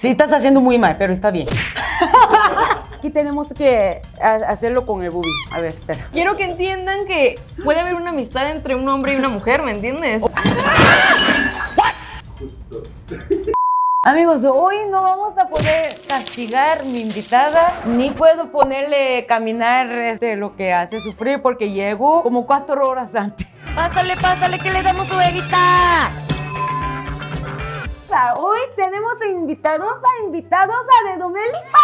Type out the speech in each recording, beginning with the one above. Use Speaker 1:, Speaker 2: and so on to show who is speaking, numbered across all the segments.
Speaker 1: Sí, estás haciendo muy mal, pero está bien. Aquí tenemos que ha- hacerlo con el booby. A ver, espera.
Speaker 2: Quiero que entiendan que puede haber una amistad entre un hombre y una mujer, ¿me entiendes?
Speaker 1: Amigos, hoy no vamos a poder castigar mi invitada, ni puedo ponerle caminar este, lo que hace sufrir porque llego como cuatro horas antes.
Speaker 2: Pásale, pásale, que le damos su veguita.
Speaker 1: Ah, Hoy tenemos invitados a invitados a de Domelipa.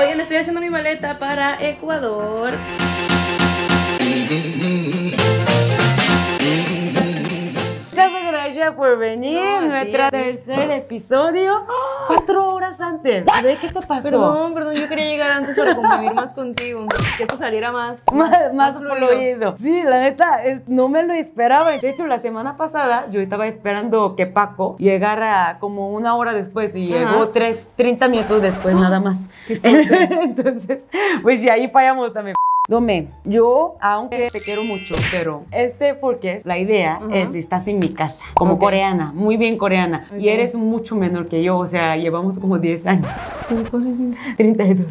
Speaker 2: Oigan, estoy haciendo mi maleta para Ecuador.
Speaker 1: Muchas gracias por venir.
Speaker 2: No, a ti,
Speaker 1: Nuestra
Speaker 2: a ti.
Speaker 1: tercer episodio. Cuatro horas antes. A ver qué te pasó.
Speaker 2: Perdón, perdón, yo quería llegar antes para convivir más contigo. Que esto saliera más.
Speaker 1: Más, más fluido. Sí, la neta, es- no me lo esperaba. De hecho, la semana pasada yo estaba esperando que Paco llegara como una hora después y
Speaker 2: Ajá.
Speaker 1: llegó tres, 30 minutos después nada más.
Speaker 2: Qué fuerte.
Speaker 1: Entonces, pues sí, ahí fallamos también. Dome, yo, aunque te quiero mucho, pero este porque la idea
Speaker 2: Ajá.
Speaker 1: es, estás en mi casa, como
Speaker 2: Ok.
Speaker 1: coreana, muy bien coreana, y
Speaker 2: Ok.
Speaker 1: eres mucho menor que yo, o sea, llevamos como 10 años,
Speaker 2: ¿Qué cosa es eso?
Speaker 1: 32.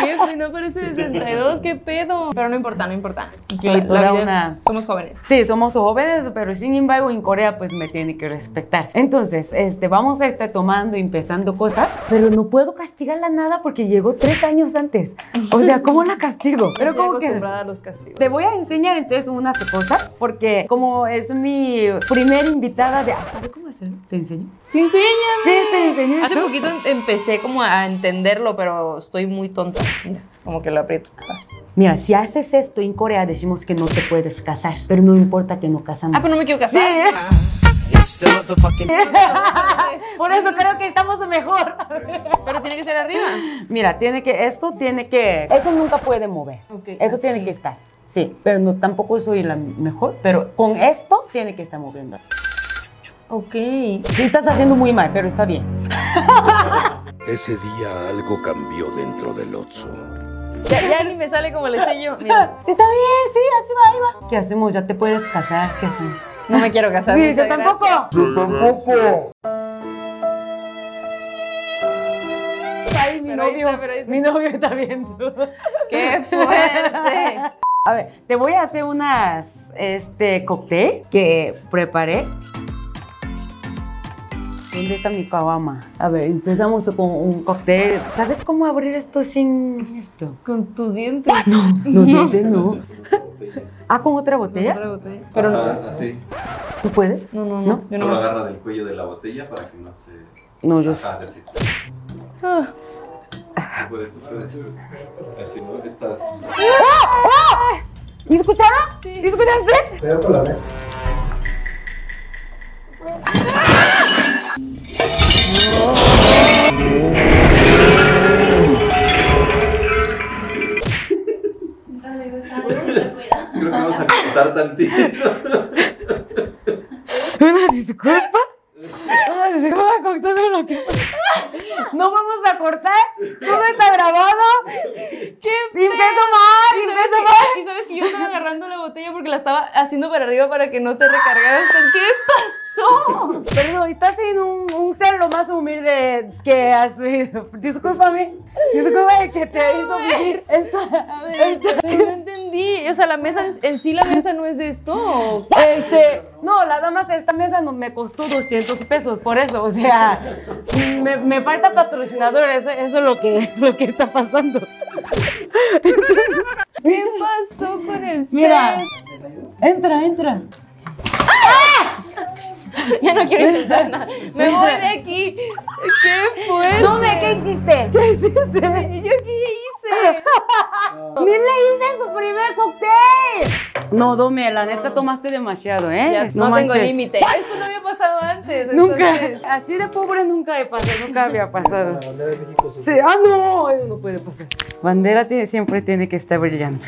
Speaker 2: ¿Qué? Pues No parece de 62, ¿qué pedo? Pero no importa, no importa.
Speaker 1: Sí,
Speaker 2: La- la
Speaker 1: toda
Speaker 2: vida es-
Speaker 1: una-
Speaker 2: Somos jóvenes.
Speaker 1: Sí, somos jóvenes, pero sin embargo en Corea pues me tiene que respetar. Entonces, este, vamos a estar tomando, y empezando cosas, pero no puedo castigarla nada porque llegó tres años antes. O sea, ¿cómo la castigo? Pero
Speaker 2: Estoy
Speaker 1: como que...
Speaker 2: acostumbrada a los castigos.
Speaker 1: Te voy a enseñar entonces unas cosas porque como es mi primera invitada de... Ah, ¿Sabes cómo hacerlo? ¿Te enseño?
Speaker 2: Sí, enséñame.
Speaker 1: Sí, te enseñé
Speaker 2: Hace
Speaker 1: tú.
Speaker 2: poquito em- empecé como a entenderlo, pero estoy muy tonta. Mira, como que lo aprieto. Así.
Speaker 1: Mira, si haces esto en Corea decimos que no te puedes casar, pero no importa que no casamos.
Speaker 2: Ah, pero no me quiero casar. Ah.
Speaker 1: Sí. Por eso creo que estamos mejor.
Speaker 2: Pero tiene que ser arriba.
Speaker 1: Mira, tiene que, esto tiene que, eso nunca puede mover.
Speaker 2: Ok,
Speaker 1: eso
Speaker 2: así.
Speaker 1: tiene que estar. Sí, pero no, tampoco soy la mejor, pero con esto tiene que estar moviendo. así.
Speaker 2: Ok.
Speaker 1: Sí, estás haciendo muy mal, pero está bien.
Speaker 3: Ese día algo cambió dentro del Otso.
Speaker 2: Ya, ya ni me sale como le sé yo. Mira,
Speaker 1: Ah, Está bien, sí, así va, ahí va. ¿Qué hacemos? ¿Ya te puedes casar? ¿Qué hacemos?
Speaker 2: no me quiero casar.
Speaker 1: Sí, yo
Speaker 2: muchas
Speaker 1: tampoco.
Speaker 2: gracias.
Speaker 1: Ay, mi
Speaker 2: Pero ahí
Speaker 1: novio,
Speaker 2: está, pero ahí está.
Speaker 1: mi novio está viendo.
Speaker 2: ¡Qué fuerte!
Speaker 1: A ver, te voy a hacer unas, este, cóctel que preparé. ¿Dónde está mi caguama? A ver, empezamos con un cóctel. ¿Sabes cómo abrir esto sin esto?
Speaker 2: Con tus dientes.
Speaker 1: No, dientes no. Ah, ¿con otra botella?
Speaker 2: Otra botella. Pero no.
Speaker 4: Ajá, así.
Speaker 1: ¿Tú puedes?
Speaker 2: No, no, no.
Speaker 1: ¿No?
Speaker 2: Yo
Speaker 4: Solo
Speaker 2: nomás-
Speaker 4: agarra del cuello de la botella para que no se.
Speaker 1: No, yo...
Speaker 4: Ajá, así, así.
Speaker 2: Ah.
Speaker 4: Por eso, por eso. Así, ¿no? Estás.
Speaker 1: ¿Y ¡Oh! escucharon? ¿Y escuchaste?
Speaker 4: Creo que vamos a cortar tantito.
Speaker 1: Una disculpa. Una disculpa con todo lo que... No vamos a cortar. Todo está grabado.
Speaker 2: ¡Qué
Speaker 1: Sin
Speaker 2: feo!
Speaker 1: peso más,
Speaker 2: ¿Y
Speaker 1: sin
Speaker 2: sabes
Speaker 1: peso
Speaker 2: que-
Speaker 1: más.
Speaker 2: Y sabes que yo estaba agarrando la botella porque la estaba haciendo para arriba para que no te recargaras. ¿Qué pasó?
Speaker 1: Perdón, estás en un, un ser lo más humilde que has sido. Discúlpame. Discúlpame que te hizo
Speaker 2: ves.
Speaker 1: vivir esta.
Speaker 2: A ver,
Speaker 1: esta-
Speaker 2: pero no entendí. O sea, la mesa en, en sí, la mesa no es de esto.
Speaker 1: Este, no, la dama esta mesa no, me costó 200 pesos, por eso, o sea, me, me falta patrocinador, eso, eso es lo que, lo que está pasando. Entonces,
Speaker 2: ¿Qué pasó con el
Speaker 1: mira,
Speaker 2: set?
Speaker 1: entra, entra.
Speaker 2: Ya no quiero intentar nada. Me voy de aquí. ¿Qué fue?
Speaker 1: Dome, ¿qué hiciste? ¿Qué hiciste?
Speaker 2: ¿Yo qué hice?
Speaker 1: ¡Ni le hice su primer cóctel! No, Dome, la neta tomaste demasiado, ¿eh?
Speaker 2: Ya, no tengo
Speaker 1: manches.
Speaker 2: límite. Esto no había pasado antes.
Speaker 1: Nunca,
Speaker 2: entonces-
Speaker 1: así de pobre nunca he pasado, nunca había pasado. Sí, ah, no, eso no puede pasar. Bandera tiene- siempre tiene que estar brillando.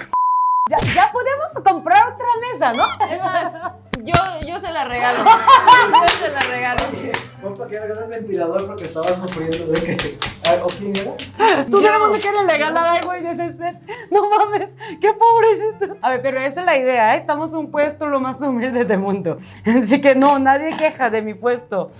Speaker 1: Ya, ya podemos comprar otra mesa, ¿no?
Speaker 2: Es más, yo, yo se la regalo. Yo se la regalo.
Speaker 5: Compa, que era un ventilador porque estaba sufriendo de que. ¿O quién era?
Speaker 1: Tú tenemos que le regalar algo en ese set. No mames, qué pobrecito. A ver, pero esa es la idea, ¿eh? Estamos un puesto lo más este humilde del mundo. Así que no, nadie queja de mi puesto.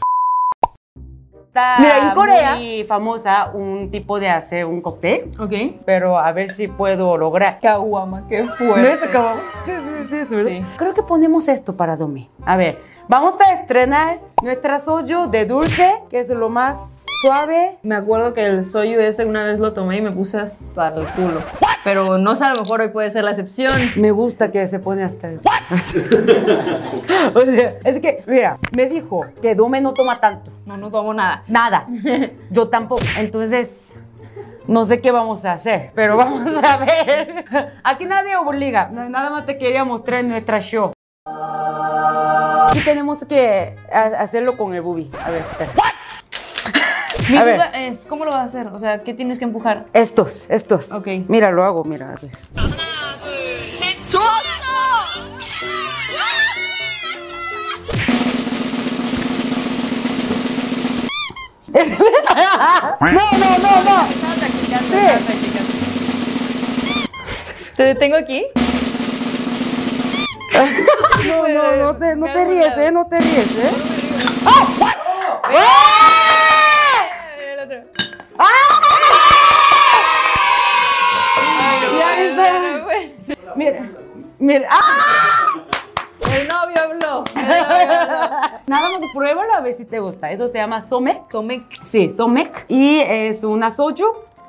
Speaker 1: Ta-
Speaker 6: está
Speaker 1: Mira, en Corea
Speaker 6: muy-
Speaker 1: muy famosa un tipo de hacer un cóctel,
Speaker 2: Ok.
Speaker 1: pero a ver si puedo lograr.
Speaker 2: Caguama, qué
Speaker 1: ¿Ves?
Speaker 2: fuerte.
Speaker 1: Acabamos. Sí, sí, sí, es verdad.
Speaker 2: Sí.
Speaker 1: Creo que ponemos esto para Domi. A ver, vamos a estrenar nuestra soyo de dulce, que es lo más suave.
Speaker 2: Me acuerdo que el soyu ese una vez lo tomé y me puse hasta el culo. Pero no sé, a lo mejor hoy puede ser la excepción.
Speaker 1: Me gusta que se pone hasta el... o sea, es que, mira, me dijo que Dome no toma tanto.
Speaker 2: No, no tomo nada.
Speaker 1: Nada. Yo tampoco. Entonces, no sé qué vamos a hacer, pero vamos a ver. Aquí nadie obliga. na- Nada más te quería mostrar nuestra show. Aquí tenemos que ha- hacerlo con el booby. A ver, espera.
Speaker 2: Mi
Speaker 1: A ver.
Speaker 2: duda es, ¿cómo lo vas a hacer? O sea, ¿qué tienes que empujar?
Speaker 1: Estos, estos.
Speaker 2: Ok.
Speaker 1: Mira, lo hago, mira. a ver. no, no, no, no.
Speaker 2: Estaba practicando, estaba practicando. Te detengo aquí.
Speaker 1: No, no, no te, no te ríes, eh, no te ríes, eh. ¡Ah! ¡Eh!
Speaker 2: El otro.
Speaker 1: ¡Ah! Ya está.
Speaker 2: Pues,
Speaker 1: Mira, mira. ¡Ah!
Speaker 2: el novio habló. El novio habló.
Speaker 1: Nada más pruébalo a ver si te gusta. Eso se llama somek.
Speaker 2: Tomé.
Speaker 1: Sí, somek. Y es una soju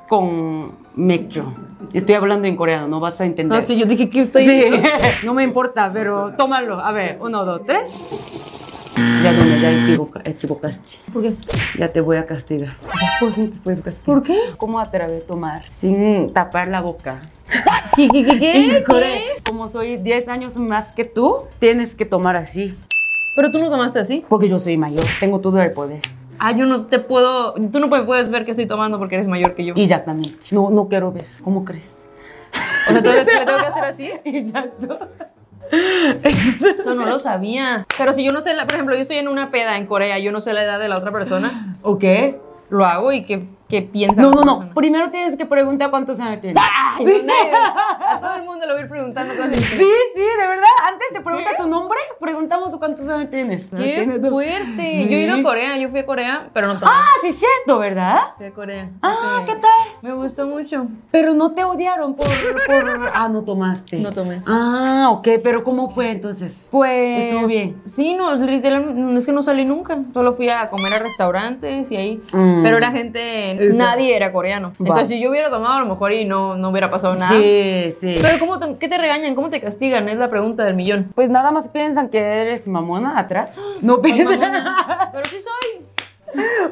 Speaker 1: con mekcho. Estoy hablando en coreano, no vas a entender.
Speaker 2: No, Ah, sí, yo dije que estoy.
Speaker 1: Sí, no me importa, pero tómalo. A ver, uno, dos, tres. Ya, Dona, ya equivoca- equivocaste.
Speaker 2: ¿Por qué?
Speaker 1: Ya te voy a castigar. ¿Por qué te voy a castigar?
Speaker 2: ¿Por qué?
Speaker 1: ¿Cómo atreves a tomar sin tapar la boca?
Speaker 2: ¿Qué, qué, qué, qué?
Speaker 1: En Corea,
Speaker 2: ¿Qué?
Speaker 1: Como soy 10 años más que tú, tienes que tomar así.
Speaker 2: Pero tú no tomaste así.
Speaker 1: Porque yo soy mayor, tengo todo el poder.
Speaker 2: Ah, yo no te puedo. Tú no me puedes ver que estoy tomando porque eres mayor que yo.
Speaker 1: Exactamente. No, no quiero ver. ¿Cómo crees?
Speaker 2: O sea, entonces le tengo que hacer así.
Speaker 1: Exacto.
Speaker 2: Eso no lo sabía. Pero si yo no sé, la, por ejemplo, yo estoy en una peda en Corea, yo no sé la edad de la otra persona,
Speaker 1: ¿Ok?
Speaker 2: lo hago y que, que piensa.
Speaker 1: No,
Speaker 2: la
Speaker 1: no,
Speaker 2: otra
Speaker 1: no.
Speaker 2: persona.
Speaker 1: Primero tienes que preguntar cuántos años tienes.
Speaker 2: Ay, no, nadie- a todo el mundo lo voy a ir preguntando cosas.
Speaker 1: Sí, sí, de verdad. Antes te pregunta tu nombre, preguntamos cuántos años tienes.
Speaker 2: ¡Qué
Speaker 1: ¿Tienes dos?
Speaker 2: fuerte! Yo he ido a
Speaker 1: Sí.
Speaker 2: Corea, yo fui a Corea, pero no tomé.
Speaker 1: Ah, sí, es cierto, ¿verdad?
Speaker 2: Fui a Corea.
Speaker 1: Ah,
Speaker 2: hace-
Speaker 1: ¿qué tal?
Speaker 2: Me gustó mucho.
Speaker 1: Pero no te odiaron por, por- Ah, no tomaste.
Speaker 2: No tomé.
Speaker 1: Ah, ok, pero ¿cómo fue entonces?
Speaker 2: Pues.
Speaker 1: Estuvo bien.
Speaker 2: Sí, no, literal, no es que no salí nunca. Solo fui a comer a restaurantes y ahí.
Speaker 1: Mm.
Speaker 2: Pero la gente, nadie era coreano.
Speaker 1: Va.
Speaker 2: Entonces, si yo hubiera tomado, a lo mejor y no, no hubiera pasado nada.
Speaker 1: Sí, sí.
Speaker 2: Pero ¿cómo te- ¿qué te regañan? ¿Cómo te castigan? Es la pregunta del millón.
Speaker 1: Pues nada más piensan que eres mamona atrás. No
Speaker 2: Pues,
Speaker 1: piensan.
Speaker 2: mamona, Pero sí soy.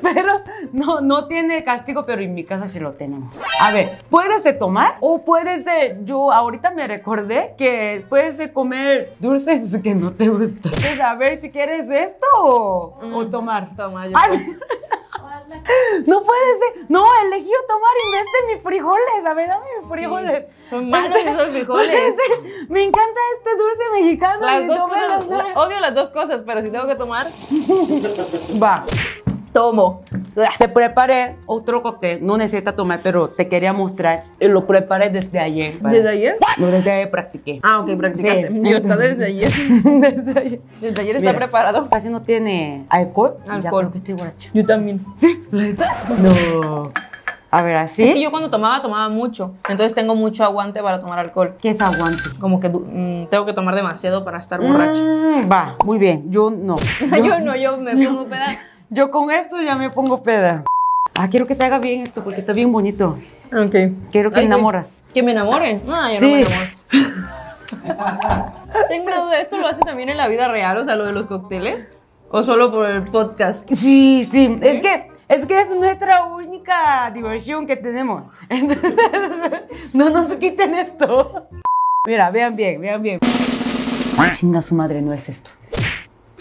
Speaker 1: Pero no, no tiene castigo, pero en mi casa sí lo tenemos. A ver, puedes eh, tomar o puedes, eh, yo ahorita me recordé que puedes eh, comer dulces que no te gustan. Pues a ver si quieres esto o, o tomar.
Speaker 2: Mm, Toma, yo.
Speaker 1: Ay, no puedes, eh, no, elegí tomar en vez de mis frijoles, a ver, dame mis frijoles.
Speaker 2: son malos esos frijoles.
Speaker 1: Me encanta este dulce mexicano.
Speaker 2: Las
Speaker 1: y
Speaker 2: dos
Speaker 1: no me
Speaker 2: cosas,
Speaker 1: los-
Speaker 2: la- odio las dos cosas, pero si tengo que tomar,
Speaker 1: Va.
Speaker 2: tomo.
Speaker 1: Te preparé otro cóctel, no necesita tomar, pero te quería mostrar. Y lo preparé desde ayer. ¿vale?
Speaker 2: ¿Desde ayer?
Speaker 1: No, desde ayer practiqué.
Speaker 2: Ah, ok, practicaste.
Speaker 1: Sí.
Speaker 2: Yo está desde ayer.
Speaker 1: desde ayer.
Speaker 2: Desde ayer está
Speaker 1: Mira,
Speaker 2: preparado.
Speaker 1: Casi no tiene alcohol. y Ya
Speaker 2: Alcohol.
Speaker 1: creo que estoy borracho.
Speaker 2: Yo también.
Speaker 1: Sí, la neta. No. A ver,
Speaker 2: Es que
Speaker 1: así.
Speaker 2: yo cuando tomaba, tomaba mucho. Entonces tengo mucho aguante para tomar alcohol.
Speaker 1: ¿Qué es aguante?
Speaker 2: Como que du- mm, tengo que tomar demasiado para estar borracha.
Speaker 1: Mm, va, muy bien. Yo no.
Speaker 2: yo no, yo me pongo peda.
Speaker 1: Yo con esto ya me pongo peda. Ah, quiero que se haga bien esto porque está bien bonito.
Speaker 2: Ok.
Speaker 1: Quiero que
Speaker 2: Ay, güey.
Speaker 1: enamoras.
Speaker 2: ¿Que me enamore? No, yo no
Speaker 1: Sí.
Speaker 2: me enamoro. Tengo una duda, ¿esto lo hace también en la vida real? O sea, lo de los cócteles. ¿O solo por el podcast?
Speaker 1: Sí, sí. Es que es que es nuestra única diversión que tenemos. Entonces, no nos quiten esto. Mira, vean bien, vean bien. Chinga su madre, no es esto.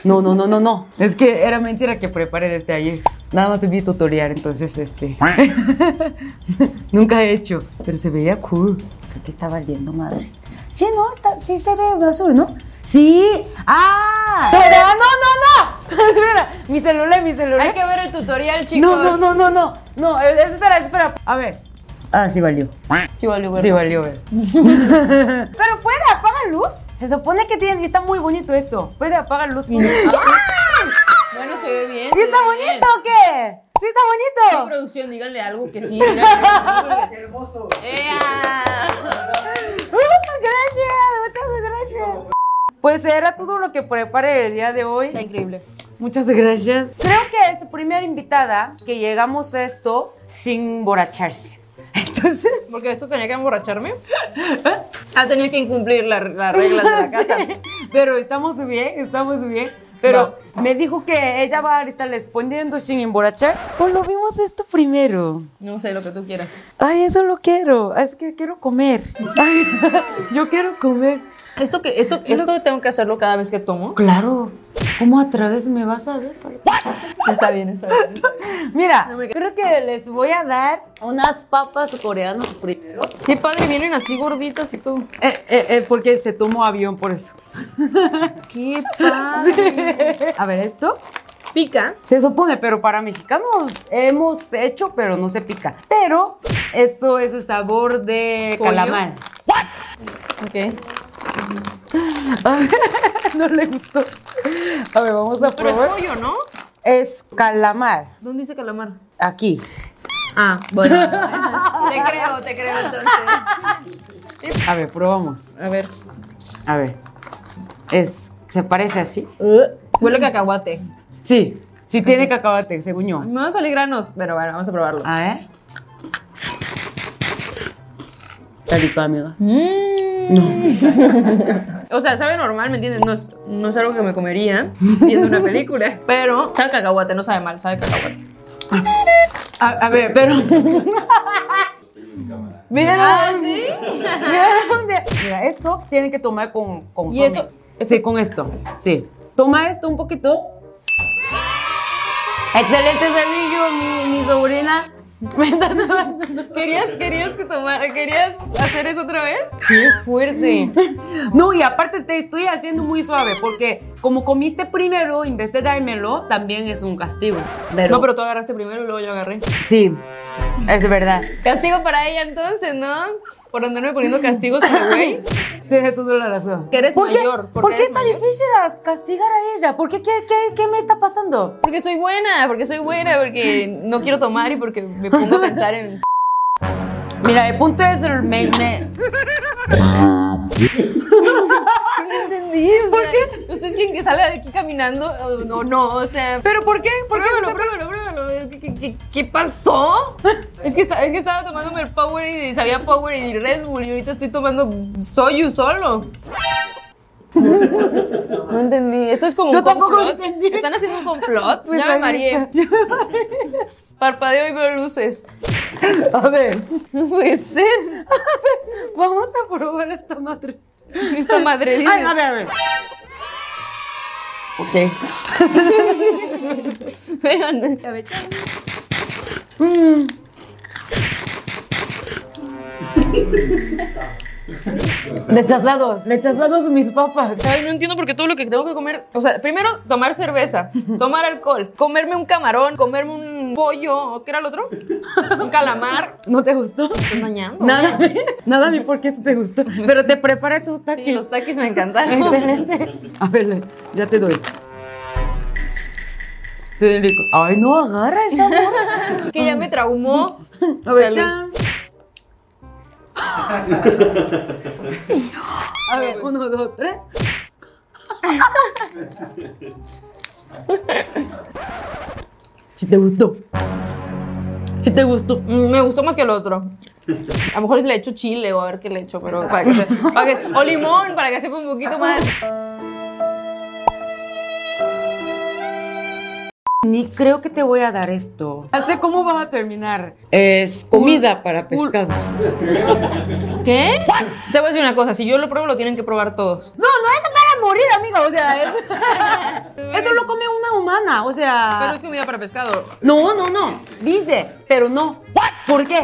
Speaker 1: No, no, no, no, no. Es que era mentira que preparé desde ayer. Nada más vi tutorial, entonces este. Nunca he hecho, pero se veía cool. Creo que está valiendo madres. Sí, no, está, sí se ve azul, ¿no? Sí. ¡Ah! Espera, no, no, no. Espera, mi celular, mi celular.
Speaker 2: Hay que ver el tutorial, chicos.
Speaker 1: No, no, no, no, no. No, eh, espera, espera. A ver. Ah, sí valió.
Speaker 2: Sí, vale, bueno.
Speaker 1: Sí valió, ver. Pero puede apagar luz. Se supone que tiene, está muy bonito esto. Puede apagar luz. ¿Y
Speaker 2: Bueno, se ve bien. se
Speaker 1: está
Speaker 2: ve bien.
Speaker 1: bonito o qué? ¿Sí
Speaker 2: Ay, producción, díganle algo que sí. díganle algo que sí,
Speaker 5: Hermoso.
Speaker 2: porque- ¡Ea!
Speaker 1: Muchas gracias, muchas gracias. Pues era todo lo que preparé el día de hoy.
Speaker 2: Está increíble.
Speaker 1: Muchas gracias. Creo que es la primera invitada que llegamos a esto sin borracharse. Entonces,
Speaker 2: Porque esto tenía que emborracharme. Ha tenido que incumplir la- las reglas de la casa.
Speaker 1: sí, pero estamos bien, estamos bien. Pero me dijo que ella va a estar respondiendo sin emborrachar. Pues lo vimos esto primero.
Speaker 2: No sé, lo que tú quieras.
Speaker 1: Ay, eso lo quiero. Ah, Es que quiero comer. Ay, yo quiero comer.
Speaker 2: Esto que esto esto tengo que hacerlo cada vez que tomo.
Speaker 1: Claro. ¿Cómo a través me vas a ver?
Speaker 2: Está bien, está bien. está bien.
Speaker 1: Mira,
Speaker 2: No me-
Speaker 1: creo que les voy a dar unas papas coreanas primero.
Speaker 2: Qué padre, vienen así gorditos y todo.
Speaker 1: Eh, eh, eh, porque se tomó avión por eso.
Speaker 2: Qué padre.
Speaker 1: A ver, esto
Speaker 2: Pica.
Speaker 1: se supone, pero para mexicanos hemos hecho, pero no se pica. Pero eso es el sabor de
Speaker 2: ¿Pollo?
Speaker 1: calamar.
Speaker 2: Ok.
Speaker 1: A ver, no le gustó. A ver, vamos a
Speaker 2: Pero es
Speaker 1: probar.
Speaker 2: pollo, ¿no?
Speaker 1: Es calamar.
Speaker 2: ¿Dónde dice calamar?
Speaker 1: Aquí.
Speaker 2: Ah, bueno. te creo, te creo entonces.
Speaker 1: A ver, probamos.
Speaker 2: A ver.
Speaker 1: A ver. Es, ¿Se parece así?
Speaker 2: Uh. Huele a cacahuate.
Speaker 1: Sí. Sí tiene cacahuate, según yo.
Speaker 2: Me van a salir granos, pero bueno, vamos a probarlo.
Speaker 1: A ver. Está rico, amiga.
Speaker 2: O sea, sabe normal, ¿me entiendes? No es, no es algo que me comería viendo una película. Pero sabe a cacahuate, no sabe mal, sabe a cacahuate.
Speaker 1: A, a ver, pero. Mira,
Speaker 2: Ah, ¿sí?
Speaker 1: mira dónde- Mira, esto tiene que tomar con. con
Speaker 2: ¿Y eso?
Speaker 1: Sí, con esto. Sí. Toma esto un poquito. Excelente servicio, mi, mi sobrina. Me está dando-
Speaker 2: ¿Querías, querías que tomara, querías hacer eso otra vez? ¡Qué fuerte!
Speaker 1: No, y aparte te estoy haciendo muy suave porque como comiste primero, en vez de dármelo, también es un castigo.
Speaker 2: No, pero tú agarraste primero y luego yo agarré.
Speaker 1: Sí, es verdad.
Speaker 2: Castigo para ella entonces, ¿no? Por andarme poniendo castigos a mi güey.
Speaker 1: Tienes toda la razón.
Speaker 2: Que eres
Speaker 1: ¿Por qué-
Speaker 2: mayor,
Speaker 1: ¿Por,
Speaker 2: porque
Speaker 1: qué
Speaker 2: eres
Speaker 1: es tan
Speaker 2: mayor.
Speaker 1: difícil a castigar a ella? ¿Por qué, qué, qué, qué me está pasando?
Speaker 2: Porque soy buena, porque soy buena, porque no quiero tomar y porque me pongo a pensar en...
Speaker 1: Mira, el punto es el me, me-
Speaker 2: No entendí, o sea, ¿Ustedes quieren que salga de aquí caminando o o no? O sea...
Speaker 1: ¿Pero por qué? ¿Por qué?
Speaker 2: Pruébalo, pruébalo, pruébalo. ¿Qué, qué- qué- qué pasó? Es que, esta- es que estaba tomándome el Powerade y sabía Powerade y Red Bull y ahorita estoy tomando Soyu solo. No entendí. Esto es como
Speaker 1: Yo
Speaker 2: un
Speaker 1: tampoco
Speaker 2: complot.
Speaker 1: lo entendí.
Speaker 2: Están haciendo un complot.
Speaker 1: Pues
Speaker 2: ya me
Speaker 1: ahí
Speaker 2: mareé.
Speaker 1: está.
Speaker 2: Parpadeo y veo luces.
Speaker 1: A ver,
Speaker 2: No puede ser.
Speaker 1: vamos a probar esta madre.
Speaker 2: Esta madre dice.
Speaker 1: Ay, a ver, a ver. Ok.
Speaker 2: Vean.
Speaker 1: Rechazados, rechazados mis papas.
Speaker 2: Ay, no entiendo por qué todo lo que tengo que comer. O sea, primero tomar cerveza, tomar alcohol, comerme un camarón, comerme un pollo, ¿o ¿qué era el otro? Un calamar.
Speaker 1: ¿No te gustó?
Speaker 2: Estoy dañando.
Speaker 1: Nada, nada, ni por qué te gustó. Pero te preparé tus taquis.
Speaker 2: Sí, los taquis me encantaron.
Speaker 1: Excelente. A ver, ya te doy. Se ve rico. Ay, no, agarra esa morra.
Speaker 2: que ya me traumó.
Speaker 1: A ver,
Speaker 2: Salud.
Speaker 1: chan. A ver, uno, dos, tres. Si te gustó. Si te gustó.
Speaker 2: Mm, Me gustó más que el otro. A lo mejor le echo chile o a ver qué le echo, pero para que se- para que- o limón, para que sepa un poquito más.
Speaker 1: Ni creo que te voy a dar esto. Ya sé cómo vas a terminar. Es comida para pescado.
Speaker 2: ¿Qué? Te voy a decir una cosa, si yo lo pruebo lo tienen que probar todos.
Speaker 1: No, no es para morir, amiga. O sea, es- eso lo come una humana. O sea.
Speaker 2: Pero es comida para pescado.
Speaker 1: No, no, no. Dice, pero no. ¿Por qué?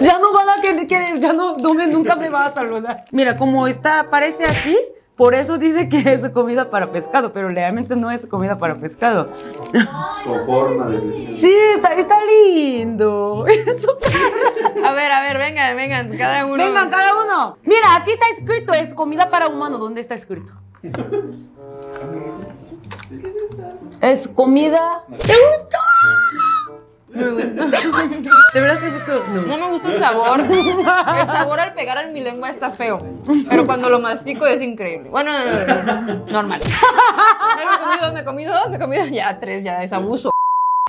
Speaker 1: Ya no van a querer, que- ya no, no me- nunca me va a saludar. Mira, como está, parece así, por eso dice que es comida para pescado, pero realmente no es comida para pescado.
Speaker 4: Con forma de decir.
Speaker 1: Sí, está, está lindo. Es su cara.
Speaker 2: A ver, a ver, vengan, vengan, cada uno.
Speaker 1: Vengan, cada uno. Mira, aquí está escrito, es comida para humano. ¿Dónde está escrito? ¿Qué es esto? Es comida. ¿Te gustó?
Speaker 2: Me gustó.
Speaker 1: ¿De verdad te gustó? No.
Speaker 2: No me gusta el sabor. El sabor al pegar en mi lengua está feo. Pero cuando lo mastico es increíble. Bueno, normal. Ay, Me comí dos, me comí dos, me comí dos. Ya tres, ya es abuso.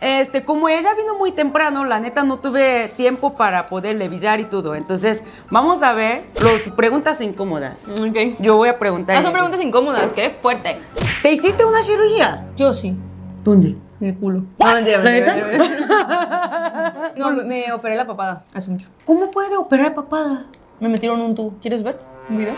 Speaker 1: Este, como ella vino muy temprano, la neta no tuve tiempo para poder revisar y todo. Entonces, vamos a ver las preguntas incómodas.
Speaker 2: Ok.
Speaker 1: Yo voy a preguntar.
Speaker 2: Ah, son preguntas incómodas, qué fuerte.
Speaker 1: ¿Te hiciste una cirugía?
Speaker 2: Yo sí.
Speaker 1: ¿Dónde?
Speaker 2: En el culo. No, mentira,
Speaker 1: ¿La
Speaker 2: mentira.
Speaker 1: neta?
Speaker 2: mentira. No, me, me operé la papada hace mucho.
Speaker 1: ¿Cómo puede operar papada?
Speaker 2: Me metieron un tubo. ¿Quieres ver? ¿Un video?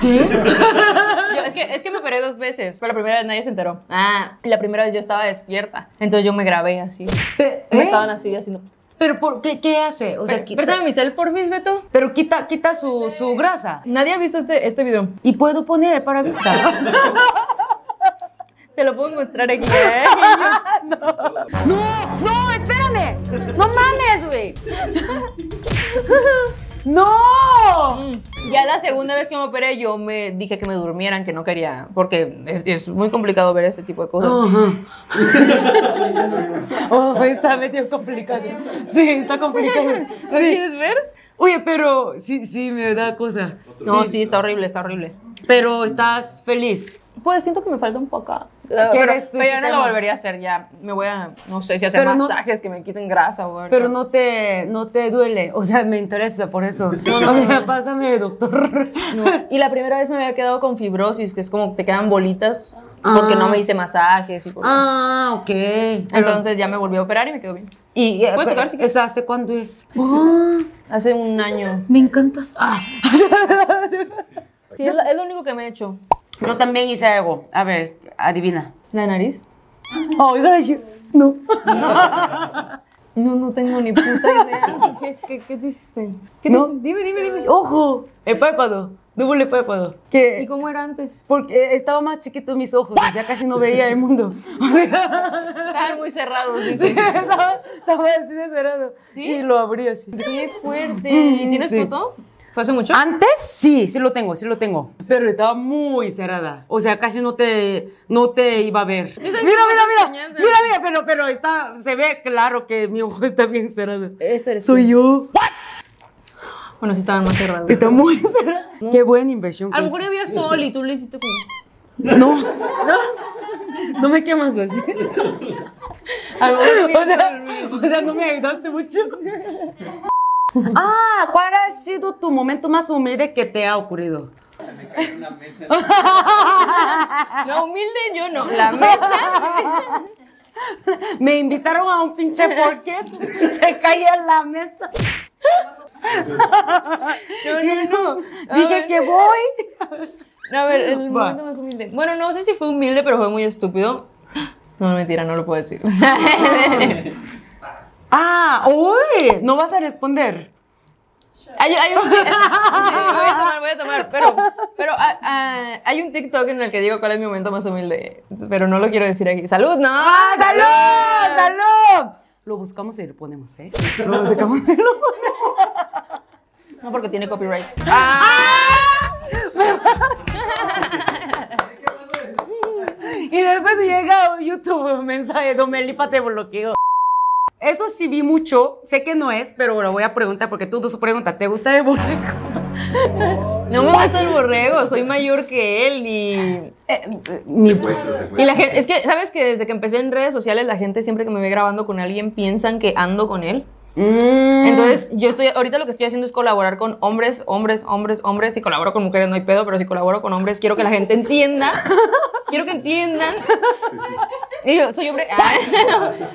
Speaker 1: ¿Qué?
Speaker 2: Yo- es, que, es que me operé dos veces, pero la primera vez nadie se enteró. Ah, la primera vez yo estaba despierta, entonces yo me grabé así.
Speaker 1: Pe-
Speaker 2: Me
Speaker 1: ¿eh?
Speaker 2: estaban así haciendo.
Speaker 1: ¿Pero por qué, qué hace? O sea, quita-
Speaker 2: Préstame mi cel, porfis, Beto.
Speaker 1: pero quita, quita su, su grasa.
Speaker 2: Nadie ha visto este, este video.
Speaker 1: Y puedo poner el parabrisas.
Speaker 2: Te lo puedo mostrar aquí. ¿eh?
Speaker 1: ¡No! ¡No! ¡Espérame! ¡No mames, güey! ¡No!
Speaker 2: ya la segunda vez que me operé, yo me dije que me durmieran, que no quería, porque es, es muy complicado ver este tipo de cosas.
Speaker 1: Oh, está medio complicado. Sí, está complicado.
Speaker 2: ¿No
Speaker 1: Sí.
Speaker 2: quieres ver?
Speaker 1: Oye, pero sí, sí, me da cosa.
Speaker 2: No, sí, está horrible, está horrible.
Speaker 1: Pero estás feliz.
Speaker 2: Pues siento que me falta un poco. Pero,
Speaker 1: ¿Quieres tú,
Speaker 2: pero ya no lo
Speaker 1: Chitema?
Speaker 2: volvería a hacer, ya. Me voy a, no sé, si hacer
Speaker 1: Pero no-
Speaker 2: masajes que me quiten grasa o algo.
Speaker 1: Pero no te, no te duele. O sea, me interesa por eso. o sea, pásame, doctor.
Speaker 2: No, Y la primera vez me había quedado con fibrosis, que es como que te quedan bolitas porque no me hice masajes y por
Speaker 1: Ah, ok.
Speaker 2: Entonces ya me volví a operar y me quedó bien.
Speaker 1: y, eh,
Speaker 2: ¿Puedes tocar si quieres?
Speaker 1: ¿esa hace cuándo es? Ah,
Speaker 2: Hace un año.
Speaker 1: me encantas. Ah.
Speaker 2: Sí, es, la- es lo único que me he hecho.
Speaker 1: Yo también hice algo. A ver, adivina.
Speaker 2: ¿La nariz?
Speaker 1: Oh, gracias. No.
Speaker 2: No, no tengo ni puta idea. ¿Qué, qué, qué te hiciste? ¿Qué te
Speaker 1: No.
Speaker 2: hiciste? Dime, dime, dime.
Speaker 1: Ojo, el párpado, doble párpado.
Speaker 2: ¿Y
Speaker 1: Que
Speaker 2: cómo era antes?
Speaker 1: porque estaba más chiquito mis ojos, ya casi no veía el mundo. O sea,
Speaker 2: Estaban muy cerrados, dice.
Speaker 1: estaba, estaba así de cerrado.
Speaker 2: ¿Sí?
Speaker 1: Y lo abrí así.
Speaker 2: Qué fuerte. ¿Y tienes
Speaker 1: Mm, Sí. Ah,
Speaker 2: foto? ¿Fue hace mucho?
Speaker 1: Antes sí, sí lo tengo, sí lo tengo. Pero estaba muy cerrada. O sea, casi no te, no te iba a ver.
Speaker 2: Sí,
Speaker 1: Mira,
Speaker 2: sabes
Speaker 1: mira,
Speaker 2: que
Speaker 1: mira.
Speaker 2: cuando enseñas el-
Speaker 1: Mira, mira, pero, pero está, se ve claro que mi ojo está bien cerrado.
Speaker 2: Esto eres
Speaker 1: Soy
Speaker 2: tú.
Speaker 1: yo.
Speaker 2: Bueno, sí estaban más cerrados.
Speaker 1: Está muy cerrada. Qué buena inversión.
Speaker 2: A
Speaker 1: que
Speaker 2: lo mejor
Speaker 1: hice.
Speaker 2: había sol y tú le hiciste como...
Speaker 1: No. No me quemas así.
Speaker 2: A lo mejor había
Speaker 1: O sea,
Speaker 2: sol.
Speaker 1: o sea, no me ayudaste mucho. Ah, ¿cuál ha sido tu momento más humilde que te ha ocurrido?
Speaker 2: No, humilde yo no. La mesa.
Speaker 1: Me invitaron a un pinche podcast, se caía en la mesa.
Speaker 2: No, no, no. A
Speaker 1: Dije
Speaker 2: ver,
Speaker 1: que voy.
Speaker 2: A ver, el
Speaker 1: Va.
Speaker 2: momento más humilde. Bueno, no sé si fue humilde, pero fue muy estúpido. No, mentira, no lo puedo decir. hay,
Speaker 1: Ah, uy, no vas a responder.
Speaker 2: hay un. Sí, voy a tomar, voy a tomar. Pero, pero ah, ah, hay un TikTok en el que digo cuál es mi momento más humilde. Pero no lo quiero decir aquí. ¡Salud! ¡No!
Speaker 1: ¡Ah, salud! ¡Salud! Lo buscamos y lo ponemos, ¿eh? Lo buscamos y lo ponemos.
Speaker 2: No, porque tiene copyright.
Speaker 1: Y después llega YouTube un mensaje, Domelipa te bloqueó. Eso sí vi mucho, sé que no es, pero lo voy a preguntar porque tú, tú su pregunta, ¿te gusta el borrego?
Speaker 2: No me gusta el borrego, soy mayor que él y.
Speaker 1: Eh, pues.
Speaker 4: Secuestro, secuestro.
Speaker 2: Y la gente, es que, ¿sabes que desde que empecé en redes sociales, la gente siempre que me ve grabando con alguien piensan que ando con él?
Speaker 1: Mm.
Speaker 2: Entonces, yo estoy, ahorita lo que estoy haciendo es colaborar con hombres, hombres, hombres, hombres. Si colaboro con mujeres no hay pedo, pero si colaboro con hombres, quiero que la gente entienda. quiero que entiendan. Y yo, soy hombre. Ah,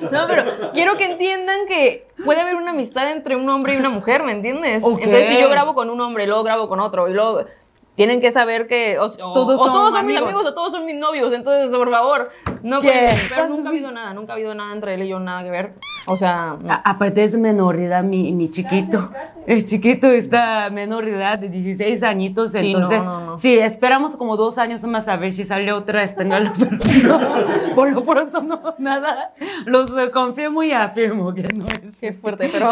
Speaker 2: no, no, pero quiero que entiendan que puede haber una amistad entre un hombre y una mujer, ¿me entiendes?
Speaker 1: Ok.
Speaker 2: Entonces, si yo grabo con un hombre y luego grabo con otro y luego. Tienen que saber que o, o- o todos,
Speaker 1: son
Speaker 2: son mis
Speaker 1: amigos.
Speaker 2: amigos o todos son mis novios, entonces por favor, no
Speaker 1: ¿Qué?
Speaker 2: pueden, pero
Speaker 1: ¿Cuándo
Speaker 2: nunca ha
Speaker 1: vi-
Speaker 2: habido nada, nunca ha habido nada entre él y yo, nada que ver. O sea, no.
Speaker 1: A- Aparte es menor de edad mi, mi chiquito. Es chiquito, está menor de edad, de 16 añitos,
Speaker 2: Sí, no,
Speaker 1: entonces
Speaker 2: no, no.
Speaker 1: sí, esperamos como dos años más a ver si sale otra este, española, pero no, por lo pronto no, nada, los eh, confirmo y afirmo que no es.
Speaker 2: Qué fuerte, pero.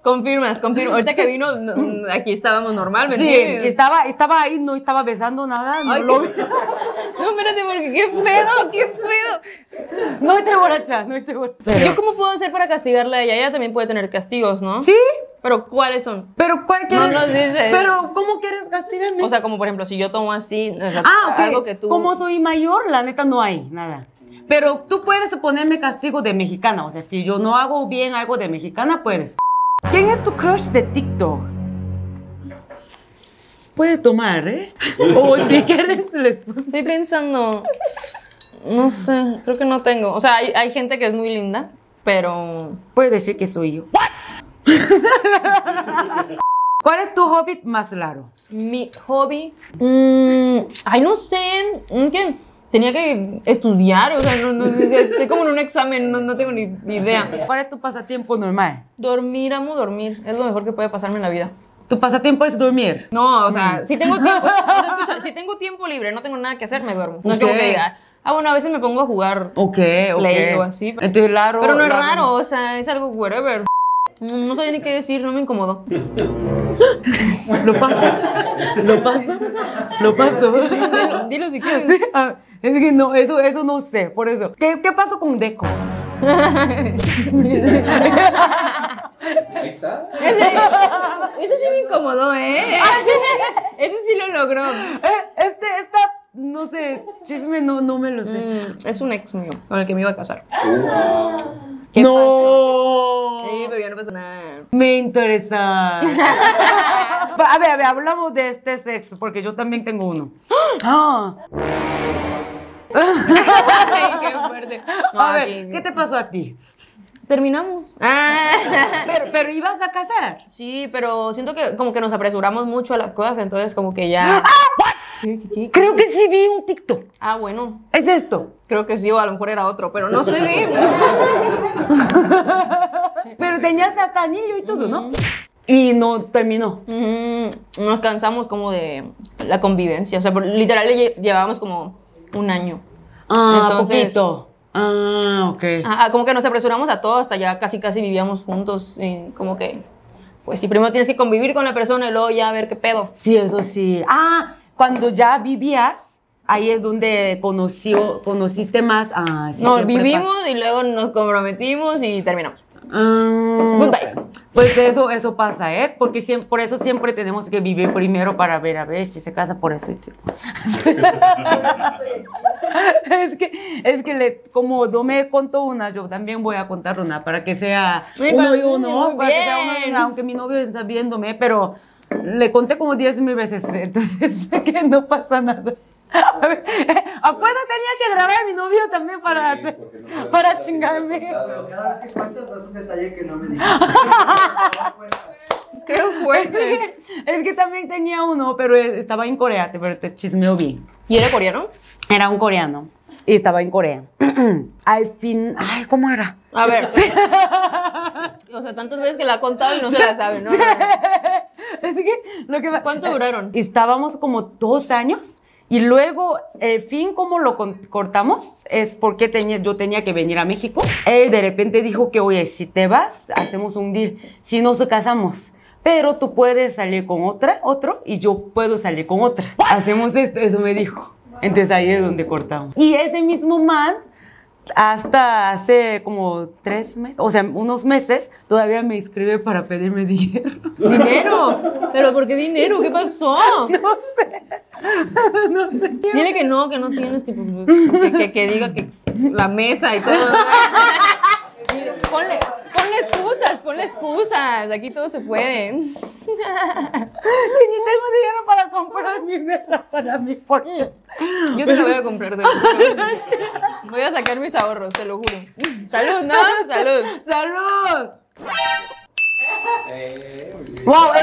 Speaker 2: confirmas, confirmas. Ahorita que vino, no, aquí estábamos normal, ¿me
Speaker 1: Sí,
Speaker 2: entiendes?
Speaker 1: estaba, estaba ahí, no estaba besando nada, no,
Speaker 2: Ay,
Speaker 1: lo-
Speaker 2: qué- No, espérate, porque qué pedo, qué pedo.
Speaker 1: no estoy borracha, no estoy borracha. Pero-
Speaker 2: ¿Yo cómo puedo hacer para castigarla a ella? Ella también puede tener castigos, ¿no?
Speaker 1: sí,
Speaker 2: Pero ¿cuáles son?
Speaker 1: pero ¿cuál
Speaker 2: No
Speaker 1: quieres?
Speaker 2: nos dices.
Speaker 1: Pero ¿cómo quieres castigarme?
Speaker 2: O sea, como por ejemplo, si yo tomo así, o sea,
Speaker 1: Ah, ok.
Speaker 2: algo que tú.
Speaker 1: Como soy mayor, la neta no hay nada. Pero tú puedes ponerme castigo de mexicana. O sea, si yo no hago bien algo de mexicana, puedes. ¿Quién es tu crush de TikTok? Puedes tomar, ¿eh? o si quieres, les
Speaker 2: Estoy pensando. No sé, creo que no tengo. O sea, hay, hay gente que es muy linda, pero.
Speaker 1: puedes decir que soy yo. ¿Cuál es tu hobbit más raro?
Speaker 2: Mi hobby. mm, ay, no sé. mm, que tenía que estudiar, o sea, no- no- estoy como en un examen, no, no tengo ni idea.
Speaker 1: ¿Cuál es tu pasatiempo normal?
Speaker 2: Dormir, amo dormir. Es lo mejor que puede pasarme en la vida.
Speaker 1: Tu pasatiempo es dormir.
Speaker 2: No, o sea, si tengo tiempo, o sea, escucha, si tengo tiempo libre, no tengo nada que hacer, me duermo. No es como
Speaker 1: Ok.
Speaker 2: que diga, ah, bueno, a veces me pongo a jugar
Speaker 1: Ok, ok.
Speaker 2: play o así.
Speaker 1: Entonces, raro.
Speaker 2: Pero no es raro, o sea, es algo whatever. No, no sabía ni qué decir, no me incomodó.
Speaker 1: Lo paso. Lo paso. Lo paso.
Speaker 2: Dilo, dilo si quieres.
Speaker 1: Sí, ah, es que no, eso, eso no sé, por eso. ¿Qué, qué pasó con Deco? Eh,
Speaker 4: Ahí está.
Speaker 2: Ese, ese sí me incomodó, ¿eh? Eso sí lo logró.
Speaker 1: Eh, este, esta, no sé, chisme no, no me lo sé.
Speaker 2: Mm, es un ex mío con el que me iba a casar. ¿Qué
Speaker 1: ¡No!
Speaker 2: pasó? Sí, pero ya no pasó nada.
Speaker 1: Me interesa. Va, a ver, a ver, hablamos de este sexo, porque yo también tengo uno. Ah,
Speaker 2: Ay, qué fuerte. No,
Speaker 1: a ver,
Speaker 2: aquí-
Speaker 1: ¿qué te pasó a ti?
Speaker 2: Terminamos. Ah.
Speaker 1: Pero, pero ibas a casar.
Speaker 2: Sí, pero siento que como que nos apresuramos mucho a las cosas, entonces como que
Speaker 1: ¡Ah!
Speaker 2: ya... ¿Qué, qué, qué?
Speaker 1: Creo que sí vi un TikTok.
Speaker 2: Ah, bueno,
Speaker 1: Es esto.
Speaker 2: creo que sí, o a lo mejor era otro, pero no sé. sí.
Speaker 1: Pero tenías hasta anillo y todo, ¿no? Y no terminó.
Speaker 2: Mm, nos cansamos como de la convivencia, o sea, por- literal lle- llevábamos como un año.
Speaker 1: Ah,
Speaker 2: Entonces-
Speaker 1: poquito. Ah, ok.
Speaker 2: Ajá, como que nos apresuramos a todo, hasta ya casi casi vivíamos juntos y como que... Pues sí, primero tienes que convivir con la persona y luego ya ver qué pedo.
Speaker 1: Sí, eso sí. Ah, cuando ya vivías, ahí es donde conoció, conociste más. Ah, sí,
Speaker 2: Nos
Speaker 1: siempre
Speaker 2: vivimos y luego nos comprometimos y terminamos.
Speaker 1: pasa. Ah,
Speaker 2: Goodbye.
Speaker 1: Pues eso, eso pasa, ¿eh? Porque siem- por eso siempre tenemos que vivir primero para ver a ver si se casa por eso. y todo. es que, es que le, como no me contó una, yo también voy a contar una para que sea
Speaker 2: Sí,
Speaker 1: uno
Speaker 2: para-
Speaker 1: y uno,
Speaker 2: muy
Speaker 1: para que sea uno y
Speaker 2: bien.
Speaker 1: uno, aunque mi novio está viéndome, pero le conté como 10 mil veces, entonces sé que no pasa nada. A ver, afuera tenía que grabar a mi novio también para,
Speaker 4: Sí,
Speaker 1: hacer-
Speaker 4: porque no te lo
Speaker 1: para
Speaker 4: cuentas,
Speaker 1: chingarme.
Speaker 4: sí, te lo
Speaker 5: Pero
Speaker 4: he
Speaker 5: cada vez que cuentas das un detalle que no me dijiste.
Speaker 2: ¡Qué fuerte!
Speaker 1: Es que también tenía uno, pero e, estaba en Corea, te- pero te chismeo bien.
Speaker 2: ¿Y era coreano?
Speaker 1: Era un coreano y estaba en Corea. Al fin, ay, ¿cómo era?
Speaker 2: A ver. O sea, tantas veces que la ha contado y no se la sabe, ¿no?
Speaker 1: Es que lo que va- eh,
Speaker 2: ¿Cuánto duraron?
Speaker 1: Estábamos como dos años y luego el fin como lo con- cortamos es porque tenía, yo tenía que venir a México. Él de repente dijo que, oye, si te vas, hacemos un deal, si nos casamos. Pero tú puedes salir con otra, otro, y yo puedo salir con otra. Hacemos esto, eso me dijo. Entonces ahí es donde cortamos. Y ese mismo man hasta hace como tres meses, o sea, unos meses, todavía me escribe para pedirme dinero.
Speaker 2: Dinero. ¿Pero por qué dinero? ¿Qué pasó?
Speaker 1: No sé. No sé.
Speaker 2: Dile que no, que no tienes, que, que, que- que diga que la mesa y todo. Ponle, ponle excusas, ponle excusas. Aquí todo se puede.
Speaker 1: Que ni tengo dinero para comprar mi mesa para mí. Porque...
Speaker 2: Yo te lo voy a comprar de verdad. Voy a sacar mis ahorros, te lo juro. Salud, ¿no? Salud.
Speaker 1: ¡Salud!
Speaker 4: Eh, muy bien.
Speaker 1: ¡Wow! es-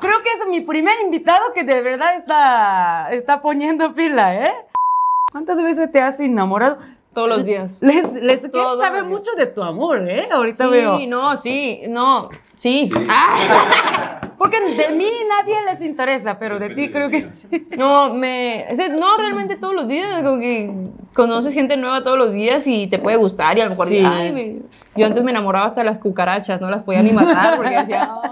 Speaker 1: Creo que es mi primer invitado que de verdad está, está poniendo pila, ¿eh? ¿Cuántas veces te has enamorado?
Speaker 2: Todos los días.
Speaker 1: Les, les que
Speaker 2: Todo,
Speaker 1: sabe
Speaker 2: Daniel.
Speaker 1: mucho de tu amor, ¿eh? Ahorita
Speaker 2: Sí,
Speaker 1: veo.
Speaker 2: no, sí, no, sí. Ah,
Speaker 1: Porque de mí nadie les interesa, pero de ti creo que sí.
Speaker 2: no, me. es que No, realmente todos los días. Como que conoces gente nueva todos los días y te puede gustar. Y a lo mejor.
Speaker 1: Sí.
Speaker 2: ay, me- yo antes me enamoraba hasta de las cucarachas, no las podía ni matar porque decía. "Ay".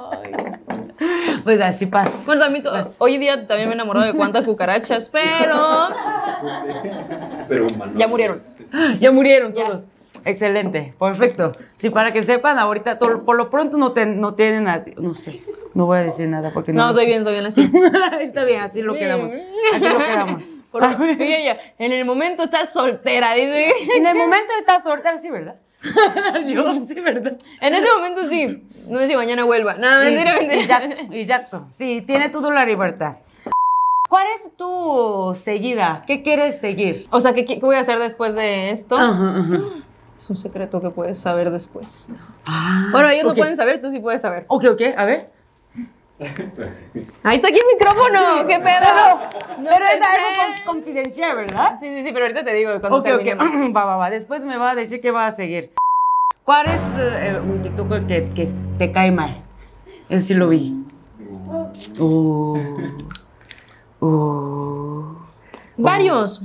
Speaker 1: Pues así pasa.
Speaker 2: Bueno, también. to- Hoy día también me he enamorado de cuántas cucarachas, pero.
Speaker 4: Pero este, humano.
Speaker 2: Ya murieron.
Speaker 1: Ya murieron
Speaker 2: Ya.
Speaker 1: todos. Excelente, perfecto. Sí, para que sepan, ahorita to- por lo pronto no, te- no tienen a No sé, no voy a decir nada porque no.
Speaker 2: No,
Speaker 1: lo
Speaker 2: estoy
Speaker 1: sé.
Speaker 2: bien, estoy bien así.
Speaker 1: Está bien, así lo quedamos. Así lo quedamos.
Speaker 2: Por lo- y ella, en el momento estás soltera, dice.
Speaker 1: En el momento estás soltera, sí, ¿verdad? Yo, sí, ¿verdad?
Speaker 2: En ese momento sí. No sé si mañana vuelva. No, mentira, mentira.
Speaker 1: Exacto, exacto. Sí, tiene todo la libertad. ¿Cuál es tu seguida? ¿Qué quieres seguir?
Speaker 2: O sea, ¿qué, qué voy a hacer después de esto?
Speaker 1: Ajá, ajá.
Speaker 2: Es un secreto que puedes saber después. bueno, ellos
Speaker 1: Ah, ok.
Speaker 2: no pueden saber, tú sí puedes saber.
Speaker 1: Ok, ok, a ver.
Speaker 2: Ahí está aquí el micrófono. ¿Qué pedo? No
Speaker 1: Pero es
Speaker 2: puede
Speaker 1: algo
Speaker 2: ser.
Speaker 1: con- confidencial, ¿verdad?
Speaker 2: Sí, sí, sí, pero ahorita te digo cuando
Speaker 1: Ok, ok.
Speaker 2: terminemos.
Speaker 1: Va, va, va. Después me va a decir que va a seguir. ¿Cuál es eh, un TikToker que, que te cae mal? Él sí lo vi. Uh, uh.
Speaker 2: Varios,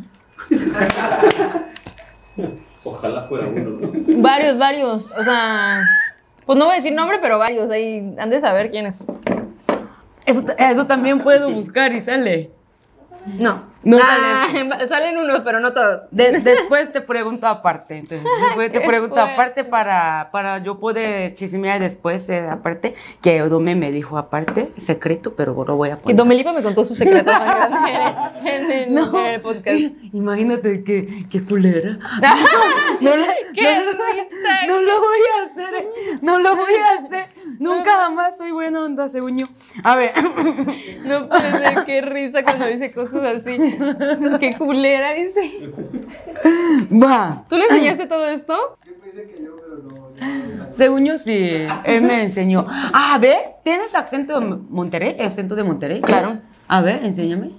Speaker 4: Ojalá fuera uno, ¿no?
Speaker 2: varios, varios. O sea, pues no voy a decir nombre, pero varios. Ahí han de saber quién es.
Speaker 1: Eso, ta- eso también puedo buscar y sale.
Speaker 2: No.
Speaker 1: No
Speaker 2: Ah, salen unos, pero no todos.
Speaker 1: De- después te pregunto aparte. Entonces, después te
Speaker 2: Qué
Speaker 1: pregunto
Speaker 2: fuerte.
Speaker 1: aparte para, para yo poder chismear después, eh, aparte. Que Dome me dijo aparte, secreto, pero lo voy a
Speaker 2: Que
Speaker 1: poner.
Speaker 2: Domelipa me contó su secreto más grande en, el- en el podcast.
Speaker 1: Imagínate que, que culera. No, la-
Speaker 2: ¡Qué
Speaker 1: no,
Speaker 2: risa!
Speaker 1: no lo voy a hacer, eh. no lo voy a hacer. Nunca jamás soy buena onda, según yo. A ver,
Speaker 2: No puede ser, qué risa cuando dice cosas así. Qué culera dice.
Speaker 1: va.
Speaker 2: ¿Tú le enseñaste todo esto?
Speaker 5: Siempre dice que yo, pero no.
Speaker 1: Según yo sí, él me enseñó. A ver, ¿tienes acento de Monterrey? ¿Acento de Monterrey?
Speaker 2: Claro.
Speaker 1: A ver, enséñame.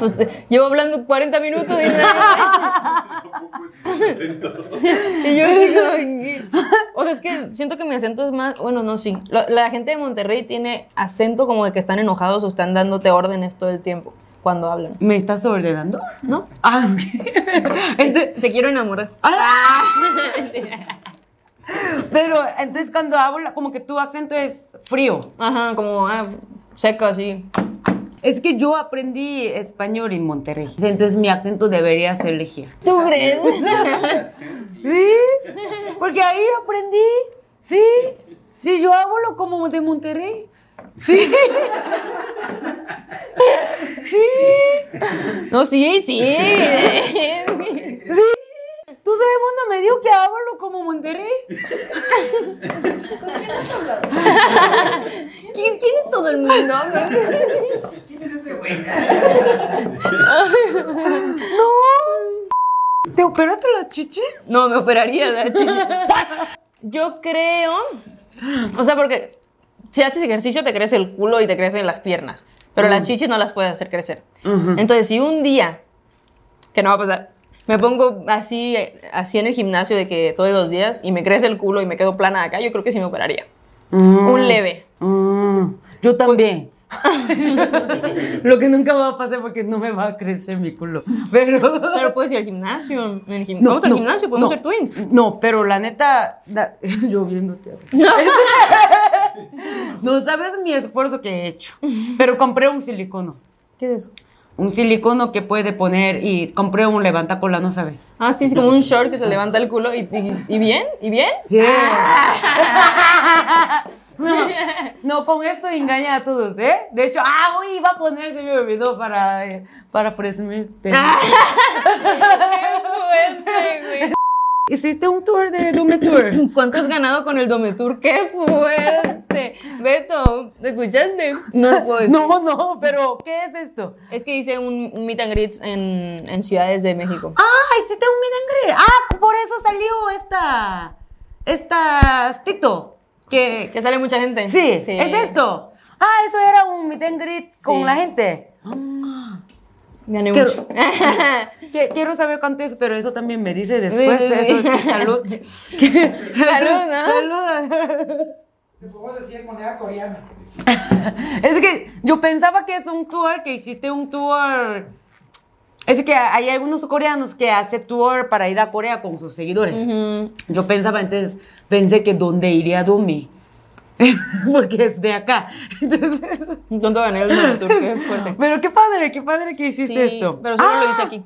Speaker 2: Pues, te- llevo hablando 40 minutos y, nada. y yo digo, "Ay". o sea, es que siento que mi acento es más, bueno, no, sí. La, la gente de Monterrey tiene acento como de que están enojados o están dándote órdenes todo el tiempo cuando hablan,
Speaker 1: ¿Me estás ordenando?
Speaker 2: ¿no?
Speaker 1: Ah, ok. Ente-
Speaker 2: Te quiero enamorar.
Speaker 1: Ah. pero entonces cuando habla, como que tu acento es frío.
Speaker 2: Ajá, como ah, seco así.
Speaker 1: Es que yo aprendí español en Monterrey. Entonces mi acento debería ser ligero.
Speaker 2: ¿Tú crees?
Speaker 1: ¿Sí? Porque ahí aprendí. ¿Sí? Sí, yo hablo como de Monterrey. ¿Sí? ¿Sí?
Speaker 2: No, sí, sí.
Speaker 1: Todo el mundo me dijo que hablo como Monterrey.
Speaker 2: ¿Quién, quién es todo el mundo?
Speaker 5: ¿Quién es ese güey?
Speaker 1: ¿Te operaste las chiches?
Speaker 2: No, me operaría la chichi. Yo creo. O sea, porque si haces ejercicio, te crece el culo y te crecen las piernas. Pero
Speaker 1: Mm.
Speaker 2: las chichis no las puedes hacer crecer. Entonces, si un día, que no va a pasar, me pongo así, eh, así en el gimnasio de que todos los días y me crece el culo y me quedo plana acá, yo creo que sí me operaría. Un leve.
Speaker 1: Mm, yo también. Lo que nunca va a pasar porque no me va a crecer mi culo. Pero.
Speaker 2: Pero puedes ir al gimnasio. en el gim-
Speaker 1: No,
Speaker 2: Vamos al
Speaker 1: no,
Speaker 2: gimnasio, podemos
Speaker 1: no.
Speaker 2: ser twins.
Speaker 1: No, pero la neta, la- yo viéndote. no sabes mi esfuerzo que he hecho. Pero compré un silicono.
Speaker 2: ¿Qué es eso?
Speaker 1: Un silicono que puede poner y compré un levantacola, no sabes.
Speaker 2: Ah, sí, es como un short que te levanta el culo y, y- y bien, y bien.
Speaker 1: No, no, con esto engaña a todos, ¿eh? De hecho, ah, hoy iba a poner, se me olvidó para, eh, para presumirte.
Speaker 2: Ah. ¡Qué Ah, fuerte,
Speaker 1: Hiciste un tour de Dume Tour.
Speaker 2: güey! ¿Cuánto has ganado con el Dometour? ¡Qué fuerte! Beto, ¿te escuchaste? No lo puedo decir.
Speaker 1: No, no, pero ¿qué es esto?
Speaker 2: Es que hice un un meet and greets en, en Ciudades de México.
Speaker 1: Ah, hiciste un meet and greet. Ah, por eso salió esta. Esta. TikTok. Que.
Speaker 2: Que sale mucha gente.
Speaker 1: Sí, es esto. Ah, eso era un meet and greet con
Speaker 2: Sí.
Speaker 1: la gente.
Speaker 2: Gané
Speaker 1: Quiero-
Speaker 2: mucho.
Speaker 1: Que- Quiero saber cuánto es, pero eso también me dice después.
Speaker 2: Sí, sí, sí.
Speaker 1: Eso sí, salud.
Speaker 2: Salud,
Speaker 1: Salud.
Speaker 5: Te podemos decir moneda coreana.
Speaker 1: Es que yo pensaba que es un tour, que hiciste un tour. Es que hay algunos coreanos que hacen tour para ir a Corea con sus seguidores. Yo pensaba entonces, pensé que dónde iría Dumi. Porque es de acá. Entonces,
Speaker 2: ¿no? Tonto gané el Doble Tour, qué fuerte.
Speaker 1: pero qué padre, qué padre que hiciste
Speaker 2: Sí,
Speaker 1: esto.
Speaker 2: pero solo lo
Speaker 1: Ah,
Speaker 2: hice aquí.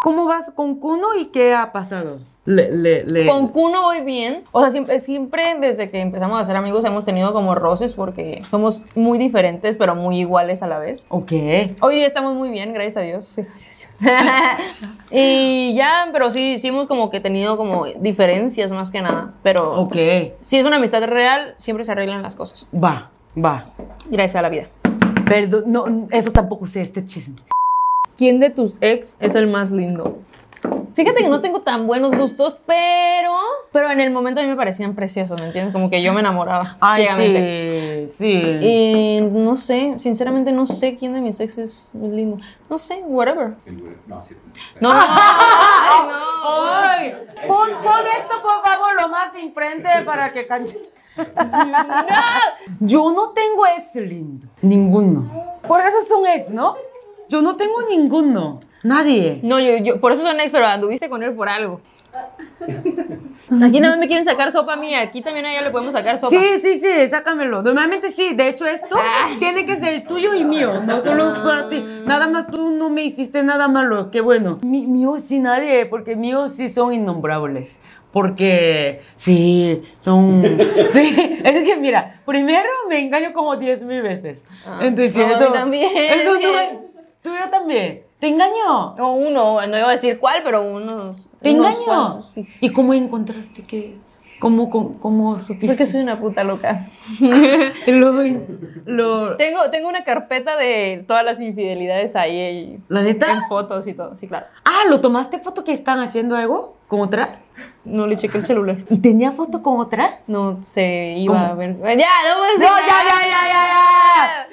Speaker 1: ¿Cómo vas con Kuno y qué ha pasado? Le, le, le.
Speaker 2: Con Kuno voy bien. O sea, siempre, siempre desde que empezamos a ser amigos hemos tenido como roces porque somos muy diferentes, pero muy iguales a la vez.
Speaker 1: Ok.
Speaker 2: Hoy día estamos muy bien, gracias a Dios. Sí, gracias a Dios. y ya, pero sí, sí hemos como que tenido como diferencias más que nada. Pero
Speaker 1: Ok.
Speaker 2: si es una amistad real, siempre se arreglan las cosas.
Speaker 1: Va, va.
Speaker 2: Gracias a la vida.
Speaker 1: Perdón, no, eso tampoco sé, este chisme.
Speaker 2: ¿Quién de tus ex es el más lindo? Fíjate que no tengo tan buenos gustos, pero, pero en el momento a mí me parecían preciosos, ¿me entiendes? Como que yo me enamoraba.
Speaker 1: Ay,
Speaker 2: ciegamente.
Speaker 1: sí, sí.
Speaker 2: Y no sé, sinceramente no sé quién de mis ex es más lindo. No sé, whatever.
Speaker 4: No, sí.
Speaker 2: No, no, ay, no.
Speaker 1: Ay, pon, pon esto por favor lo más enfrente para que canche. Yo no tengo ex lindo, ninguno. Por eso son ex, ¿no? Yo no tengo ninguno, nadie.
Speaker 2: No, yo, yo, por eso son ex, pero anduviste con él por algo. Aquí nada más me quieren sacar sopa mía, aquí también a ella le podemos sacar sopa.
Speaker 1: Sí, sí, sí, sácamelo. Normalmente sí, de hecho esto tiene que ser tuyo y mío, no solo para ti. Nada más tú no me hiciste nada malo, qué bueno. Mi, mío sí nadie, porque míos sí son innombrables. Porque sí, son... Sí, es que mira, primero me engaño como 10 mil veces. Entonces
Speaker 2: no, a mí
Speaker 1: eso...
Speaker 2: Ah, también.
Speaker 1: Eso no- tú yo también. Te engaño.
Speaker 2: O uno, no iba a decir cuál, pero unos,
Speaker 1: Te
Speaker 2: unos
Speaker 1: engaño.
Speaker 2: cuantos, sí.
Speaker 1: ¿Y cómo encontraste que... ¿Cómo, cómo, cómo supiste?
Speaker 2: Porque soy una puta loca.
Speaker 1: Lo, lo,
Speaker 2: tengo, tengo una carpeta de todas las infidelidades ahí y-
Speaker 1: ¿La neta?
Speaker 2: en fotos y todo, sí, claro.
Speaker 1: Ah, ¿lo tomaste foto que están haciendo algo con otra?
Speaker 2: No le chequé el celular.
Speaker 1: ¿Y tenía foto con otra?
Speaker 2: No se iba
Speaker 1: ¿Cómo?
Speaker 2: a ver. Ya, no voy a
Speaker 1: No,
Speaker 2: decir
Speaker 1: ya, ya,
Speaker 2: nada.
Speaker 1: ya, ya,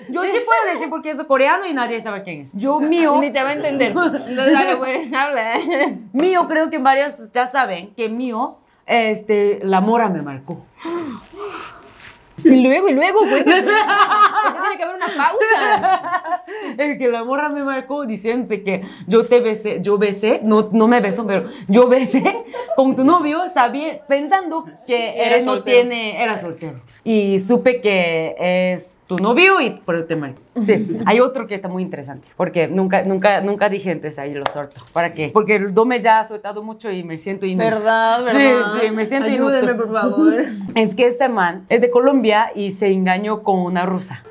Speaker 1: ya. Yo sí puedo decir porque es coreano y nadie sabe quién es. Yo mío,
Speaker 2: Ni te va a entender. Entonces, dale, pues, habla.
Speaker 1: mío creo que varios ya saben que mío, este, la mora me marcó.
Speaker 2: Y luego, y luego, cuéntame. ¿Por qué tiene que haber una pausa?
Speaker 1: Es que la morra me marcó diciendo que yo te besé, yo besé, no, no me besó, pero yo besé con tu novio sabía, pensando que
Speaker 2: Era
Speaker 1: él no
Speaker 2: soltero.
Speaker 1: tiene, era soltero. Y supe que es tu novio y por eso te marqué. Sí, hay otro que está muy interesante, porque nunca, nunca, nunca dije entonces ahí lo sorto. ¿Para qué? Porque el dome ya ha soltado mucho y me siento injusto.
Speaker 2: ¿Verdad, verdad?
Speaker 1: Sí, sí, me siento injusto.
Speaker 2: Ayúdenme, por favor.
Speaker 1: Es que este man es de Colombia y se engañó con una rusa.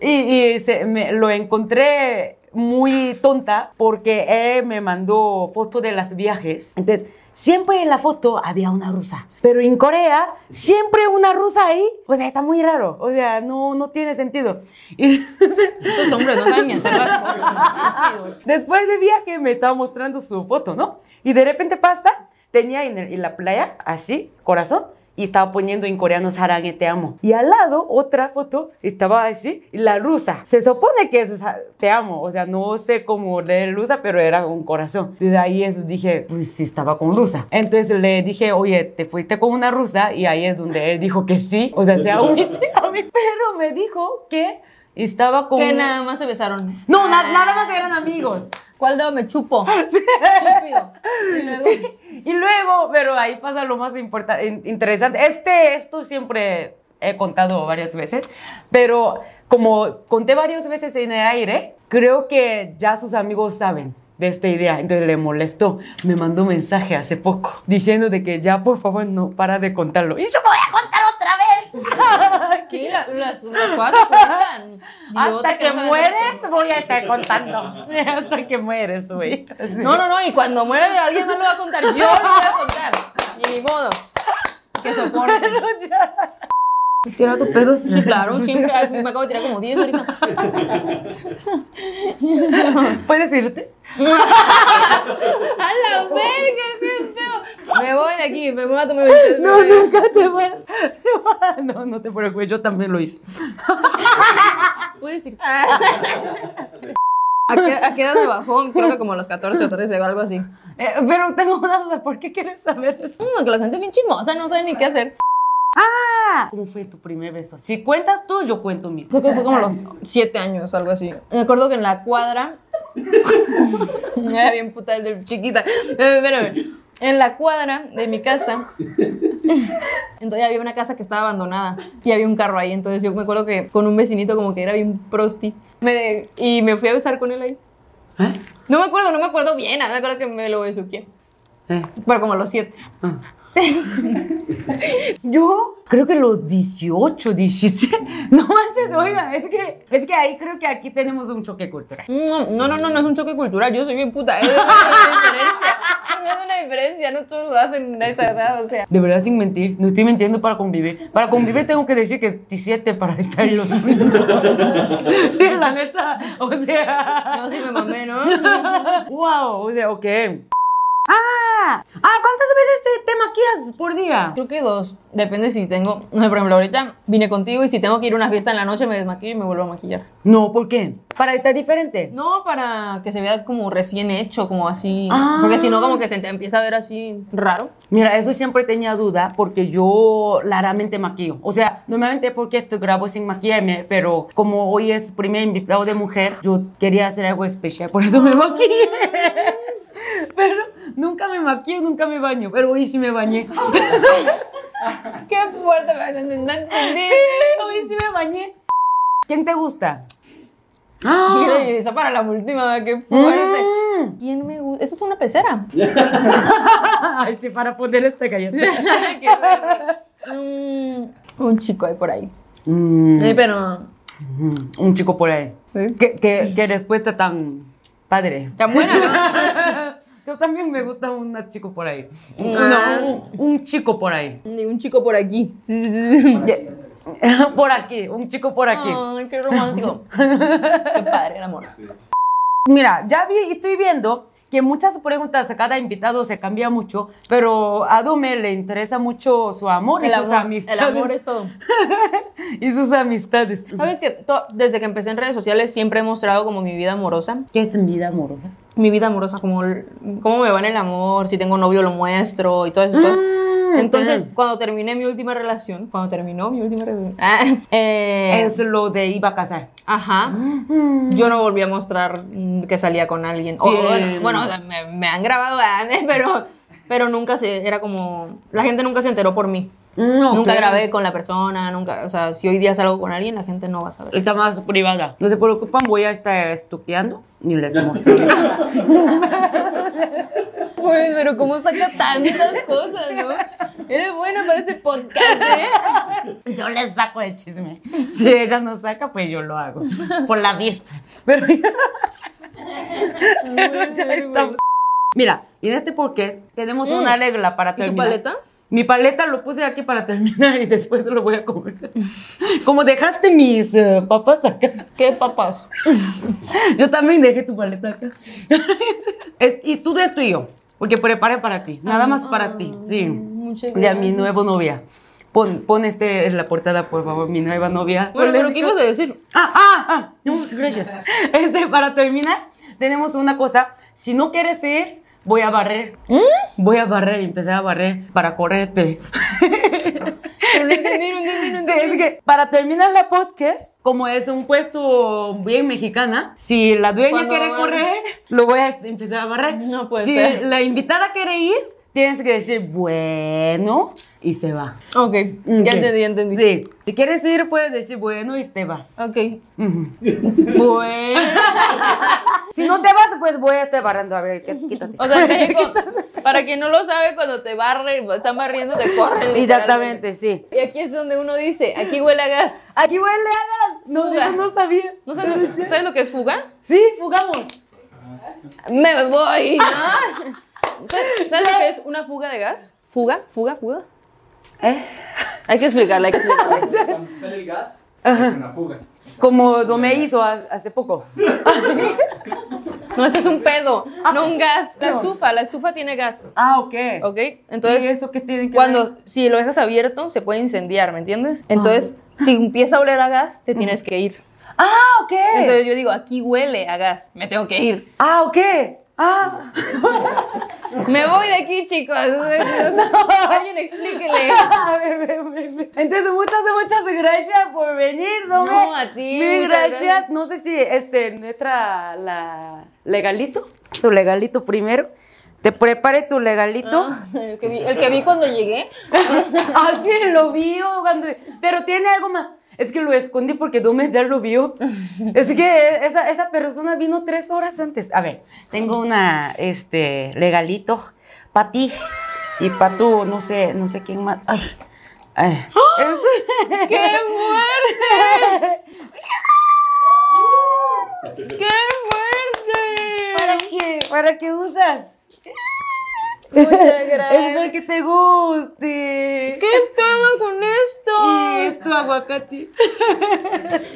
Speaker 1: Y, y se- me- lo encontré muy tonta porque él me mandó fotos de los viajes. Entonces, siempre en la foto había una rusa. Pero en Corea, siempre una rusa ahí. O sea, está muy raro. O sea, no, no tiene sentido. Y
Speaker 2: Estos hombres no saben ni hacer las cosas. son estúpidos.
Speaker 1: Después de viaje me estaba mostrando su foto, ¿no? Y de repente pasa, tenía en, el- en la playa, así, corazón, y estaba poniendo en coreano Sarangue, te amo. Y al lado, otra foto, estaba así, y la rusa. Se supone que es sa- te amo, o sea, no sé cómo leer rusa, pero era un corazón. Entonces ahí es, dije, pues sí, estaba con rusa. Entonces le dije, oye, te fuiste con una rusa, y ahí es donde él dijo que sí, o sea, se ha omitido a mí, pero me dijo que estaba con...
Speaker 2: Que nada más se besaron. Ah,
Speaker 1: No, na- nada más eran amigos.
Speaker 2: ¿Cuál dedo me chupo? Estúpido. Y luego,
Speaker 1: Y luego, pero ahí pasa lo más importa- in- interesante. Este, esto siempre he contado varias veces, pero como conté varias veces en el aire, creo que ya sus amigos saben de esta idea, entonces le molestó, me mandó un mensaje hace poco diciendo de que ya por favor no para de contarlo. Y yo me voy a contar otra vez.
Speaker 2: ¿qué? La- las, las cosas se cuentan. Idiota
Speaker 1: Hasta que
Speaker 2: no sabe hacer
Speaker 1: mueres voy a estar contando. Hasta que mueres, güey. Así.
Speaker 2: No, no, no, y cuando muere de alguien no lo va a contar, yo lo voy a contar. Y ni modo. Que soporte.
Speaker 1: Pero ya.
Speaker 2: Tira tu pedo. Sí, claro, siempre. Ay, me acabo de tirar como 10 ahorita.
Speaker 1: ¿Puedes irte?
Speaker 2: ¡A la verga, qué feo! Me voy de aquí, me voy a tomar mis
Speaker 1: No, nunca te vas. te vas. No, no te preocupes, yo también lo hice.
Speaker 2: Puedes ir. Ah. ¿A qué, a qué edad me bajó? Creo que como a los 14 o 13 o algo así.
Speaker 1: Eh, pero tengo una duda, ¿por qué quieres saber eso?
Speaker 2: No, Mm, que la gente es bien chismosa, no sabe ni qué hacer.
Speaker 1: Ah, ¿Cómo fue tu primer beso? Si cuentas tú, yo cuento mi.
Speaker 2: Creo que fue como a los 7 años, algo así. Me acuerdo que en la cuadra. Era bien puta desde chiquita. Eh, Espérame. En la cuadra de mi casa. Entonces había una casa que estaba abandonada y había un carro ahí. Entonces yo me acuerdo que con un vecinito como que era bien prosti. me- y me fui a besar con él ahí. No me acuerdo, no me acuerdo bien. Me acuerdo que me lo besuqué.
Speaker 1: Eh.
Speaker 2: Pero como a los 7.
Speaker 1: Yo creo que los 18, 17. No manches, oiga, es que, es que ahí creo que aquí tenemos un choque cultural.
Speaker 2: No, Mm, no, no, no es un choque cultural. Yo soy bien puta. Es una diferencia. Es una diferencia. No todos lo hacen a esa edad. O sea,
Speaker 1: De verdad, sin mentir, no estoy mintiendo para convivir. Para convivir tengo que decir que es 17 para estar en los mismos. Sí, la neta, o sea...
Speaker 2: no, sí me mamé, ¿no?
Speaker 1: Wow, o sea, ok. ¡Ah! ¡Ah! ¿Cuántas veces te, te maquillas por día?
Speaker 2: Creo que dos. Depende si tengo. no sé, Por ejemplo, ahorita vine contigo y si tengo que ir a una fiesta en la noche me desmaquillo y me vuelvo a maquillar.
Speaker 1: No, ¿por qué? Para estar diferente.
Speaker 2: No para que se vea como recién hecho, como así.
Speaker 1: Ah.
Speaker 2: Porque si no, como que se te empieza a ver así raro.
Speaker 1: Mira, eso siempre tenía duda porque yo raramente maquillo. O sea, normalmente porque esto grabo sin maquillarme, pero como hoy es primer invitado de mujer, yo quería hacer algo especial, por eso me maquillé. Pero nunca me maquillo, nunca me baño, pero hoy sí me bañé.
Speaker 2: Qué fuerte me haces, no entendí.
Speaker 1: Hoy sí me bañé. ¿Quién te gusta? Ah.
Speaker 2: Mira, y Eso para la última, qué fuerte. ¿Quién me gusta? Eso es una pecera.
Speaker 1: Ay, sí, para poner esta galleta.
Speaker 2: Qué fuerte. Mm, un chico ahí por ahí. Sí, pero.
Speaker 1: Mm, Un chico por ahí.
Speaker 2: ¿Sí?
Speaker 1: ¿Qué, qué- qué respuesta tan padre.
Speaker 2: Tan buena, ¿no?
Speaker 1: Yo también me gusta un chico por ahí.
Speaker 2: Ah.
Speaker 1: No, un, un chico por ahí.
Speaker 2: Ni un chico por aquí. Sí, sí, sí.
Speaker 1: Por aquí, un chico por aquí.
Speaker 2: Ay, qué romántico. qué padre el amor.
Speaker 1: Mira, ya vi, estoy viendo que muchas preguntas a cada invitado se cambia mucho, pero a Dome le interesa mucho su amor y
Speaker 2: El
Speaker 1: sus
Speaker 2: amor, el
Speaker 1: amistades.
Speaker 2: amor es todo.
Speaker 1: y sus amistades.
Speaker 2: Sabes que to- desde que empecé en redes sociales siempre he mostrado como mi vida amorosa.
Speaker 1: ¿Qué es vida amorosa?
Speaker 2: Mi vida amorosa, como el- cómo me va en el amor, si tengo novio lo muestro y todas esas cosas. Entonces, cuando terminé mi última relación, cuando terminó mi última relación, ah, eh,
Speaker 1: Es lo de iba a casar.
Speaker 2: ajá, yo no volví a mostrar mm, que salía con alguien. O,
Speaker 1: Bien.
Speaker 2: bueno, bueno, o sea, me, me han grabado antes, pero, pero nunca se, era como, la gente nunca se enteró por mí. Nunca grabé con la persona, nunca, o sea, si hoy día salgo con alguien, la gente no va a saber.
Speaker 1: Está más privada. No se preocupan, voy a estar estuqueando y les muestro.
Speaker 2: Pues, pero cómo saca tantas cosas, ¿no? Eres buena para este podcast, ¿eh?
Speaker 1: Yo les saco el chisme. Si ella no saca, pues yo lo hago. Por la vista. Pero, Pero ya estamos. Mira, y en este podcast tenemos una regla para
Speaker 2: Mm. ¿Y tu
Speaker 1: terminar.
Speaker 2: paleta?
Speaker 1: Mi paleta lo puse aquí para terminar y después lo voy a comer. Como dejaste mis eh, papas acá,
Speaker 2: ¿Qué papas?
Speaker 1: yo también dejé tu paleta acá. Es- y tú de esto y yo, porque preparé para ti, nada más para ti. Sí.
Speaker 2: Ah, Muchas
Speaker 1: Ya
Speaker 2: gracias.
Speaker 1: mi nueva novia. Pon, pon este en la portada, por favor, mi nueva novia.
Speaker 2: Bueno, pero ¿qué ibas a decir?
Speaker 1: Ah, ah, ah. No, gracias. Este, para terminar, tenemos una cosa. Si no quieres ir, voy a barrer.
Speaker 2: ¿Eh?
Speaker 1: Voy a barrer, empezar a barrer para correrte.
Speaker 2: Pero no entendí, no entendí, no
Speaker 1: Sí,
Speaker 2: entendí.
Speaker 1: es que para terminar la podcast, como es un puesto bien mexicana, si la dueña
Speaker 2: Cuando
Speaker 1: quiere
Speaker 2: barre.
Speaker 1: correr, lo voy a empezar a barrer.
Speaker 2: No puede
Speaker 1: si
Speaker 2: ser.
Speaker 1: la invitada quiere ir, tienes que decir bueno y se va.
Speaker 2: Ok,
Speaker 1: Ok.
Speaker 2: ya entendí, ya entendí.
Speaker 1: Sí. Si quieres ir, puedes decir bueno y te vas.
Speaker 2: Ok.
Speaker 1: Ujú.
Speaker 2: Mm-hmm. Bueno.
Speaker 1: Si no te vas, pues voy a estar barrando. A ver, qué- quítate.
Speaker 2: Ah, O sea, en México, para quien no lo sabe, cuando te barren, están barriendo, te corren. literalmente.
Speaker 1: Exactamente, sí.
Speaker 2: Y aquí es donde uno dice, aquí huele a gas.
Speaker 1: Aquí huele a gas. No,
Speaker 2: Fuga.
Speaker 1: yo no sabía.
Speaker 2: ¿No sabes, lo- ¿Sabes lo que es fuga?
Speaker 1: Sí, fugamos.
Speaker 2: Me voy, ¿no? ¿Sabes, sabes lo que es una fuga de gas? Fuga, fuga, fuga.
Speaker 1: ¿Eh?
Speaker 2: Hay que explicarla, hay que explicarla.
Speaker 4: Cuando sale el gas, es una fuga.
Speaker 1: Como Dome hizo ha- hace poco.
Speaker 2: No, este es un pedo, no un gas. La estufa, la estufa tiene gas,
Speaker 1: Ah, ok.
Speaker 2: ¿ok?
Speaker 1: ¿Y
Speaker 2: Entonces,
Speaker 1: eso qué tiene que ver?
Speaker 2: cuando, si lo dejas abierto, se puede incendiar, ¿me entiendes? Entonces, si empieza a oler a gas, te tienes que ir.
Speaker 1: Ah, ok.
Speaker 2: Entonces yo digo, aquí huele a gas, me tengo que ir.
Speaker 1: ah, ok. Ah,
Speaker 2: Me voy de aquí, chicos. No sé, Alguien explíquele.
Speaker 1: Ve, ve, ve, ve. Entonces, muchas, muchas gracias por venir, Dome.
Speaker 2: No, a ti,
Speaker 1: Mil
Speaker 2: muchas
Speaker 1: gracias.
Speaker 2: gracias.
Speaker 1: No sé si este, nuestra, la legalito, su legalito primero. Te prepare tu legalito.
Speaker 2: El que vi, el que vi cuando llegué.
Speaker 1: Así lo vio, cuando- pero tiene algo más. Es que lo escondí porque Dome ya lo vio. Es que esa, esa persona vino tres horas antes. A ver, tengo una, este, legalito para ti y para tú, no sé, no sé quién más. Ay, ay.
Speaker 2: ¡Qué fuerte! ¡Qué
Speaker 1: ¿Para
Speaker 2: fuerte!
Speaker 1: qué? ¿Para qué usas?
Speaker 2: Muchas
Speaker 1: Es para
Speaker 2: gracias.
Speaker 1: que te guste.
Speaker 2: ¿Qué pedo con
Speaker 1: Y
Speaker 2: esto?
Speaker 1: es tu aguacate.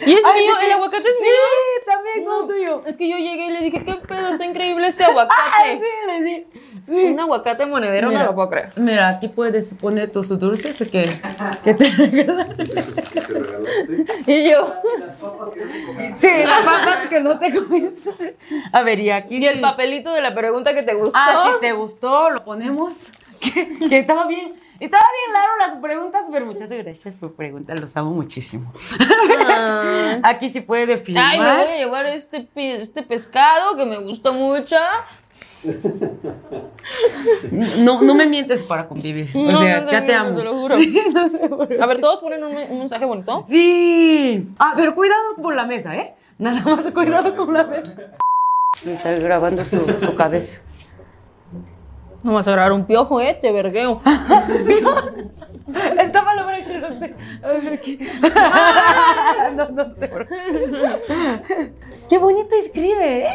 Speaker 2: Y es
Speaker 1: Ay,
Speaker 2: mío,
Speaker 1: sí que-
Speaker 2: el aguacate es
Speaker 1: sí,
Speaker 2: mío.
Speaker 1: también todo
Speaker 2: No,
Speaker 1: tuyo.
Speaker 2: Es que yo llegué y le dije, ¿qué pedo? Está increíble este
Speaker 1: Ay,
Speaker 2: aguacate.
Speaker 1: sí, le di. Ah, Sí.
Speaker 2: Un aguacate monedero no
Speaker 1: Mira.
Speaker 2: lo puedo creer.
Speaker 1: Mira, aquí puedes poner tus dulces que, que te regalan.
Speaker 4: ¿Qué te regalaste?
Speaker 2: Y yo.
Speaker 1: Sí, las papas que no te comiste. A ver, y aquí.
Speaker 2: Y el
Speaker 1: sí.
Speaker 2: papelito de la pregunta que te gustó.
Speaker 1: Ah, si te gustó, lo ponemos. Que, que estaba bien. Estaba bien largo las preguntas, pero muchas gracias por preguntar. Los amo muchísimo.
Speaker 2: Ah.
Speaker 1: Aquí sí puede filmar.
Speaker 2: Ay, me voy a llevar este, pe- este pescado que me gusta mucho.
Speaker 1: No, no me mientes para convivir. O
Speaker 2: No,
Speaker 1: sea,
Speaker 2: no te
Speaker 1: ya te
Speaker 2: miento,
Speaker 1: amo.
Speaker 2: te lo juro.
Speaker 1: Sí, no te juro.
Speaker 2: A ver, todos ponen un, un mensaje bonito.
Speaker 1: Sí. Ah, pero cuidado con la mesa, ¿eh? Nada más cuidado con la mesa. Me está grabando su, su cabeza.
Speaker 2: No vas a grabar un piojo, eh, te vergueo.
Speaker 1: Estaba lo hecho, no sé. A ver aquí. No, no te preocupes. Qué bonito escribe, ¿eh?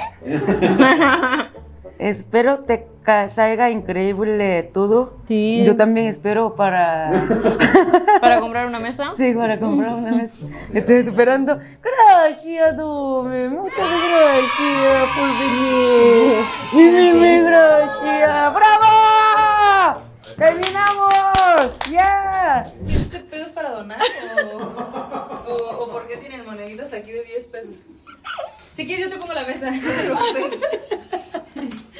Speaker 1: Espero te ca- salga increíble todo.
Speaker 2: Sí.
Speaker 1: Yo también espero para
Speaker 2: Para comprar una mesa.
Speaker 1: Sí, para comprar una mesa. Estoy esperando. Gracias, Dome. Muchas gracias por venir. Mil, mil, mil gracias. ¡Bravo! ¡Terminamos! ¡Yeah!
Speaker 2: ¿Este pedo es para donar? O, o, por qué tienen moneditas aquí de 10 pesos? Si quieres, yo te pongo la mesa. No te preocupes.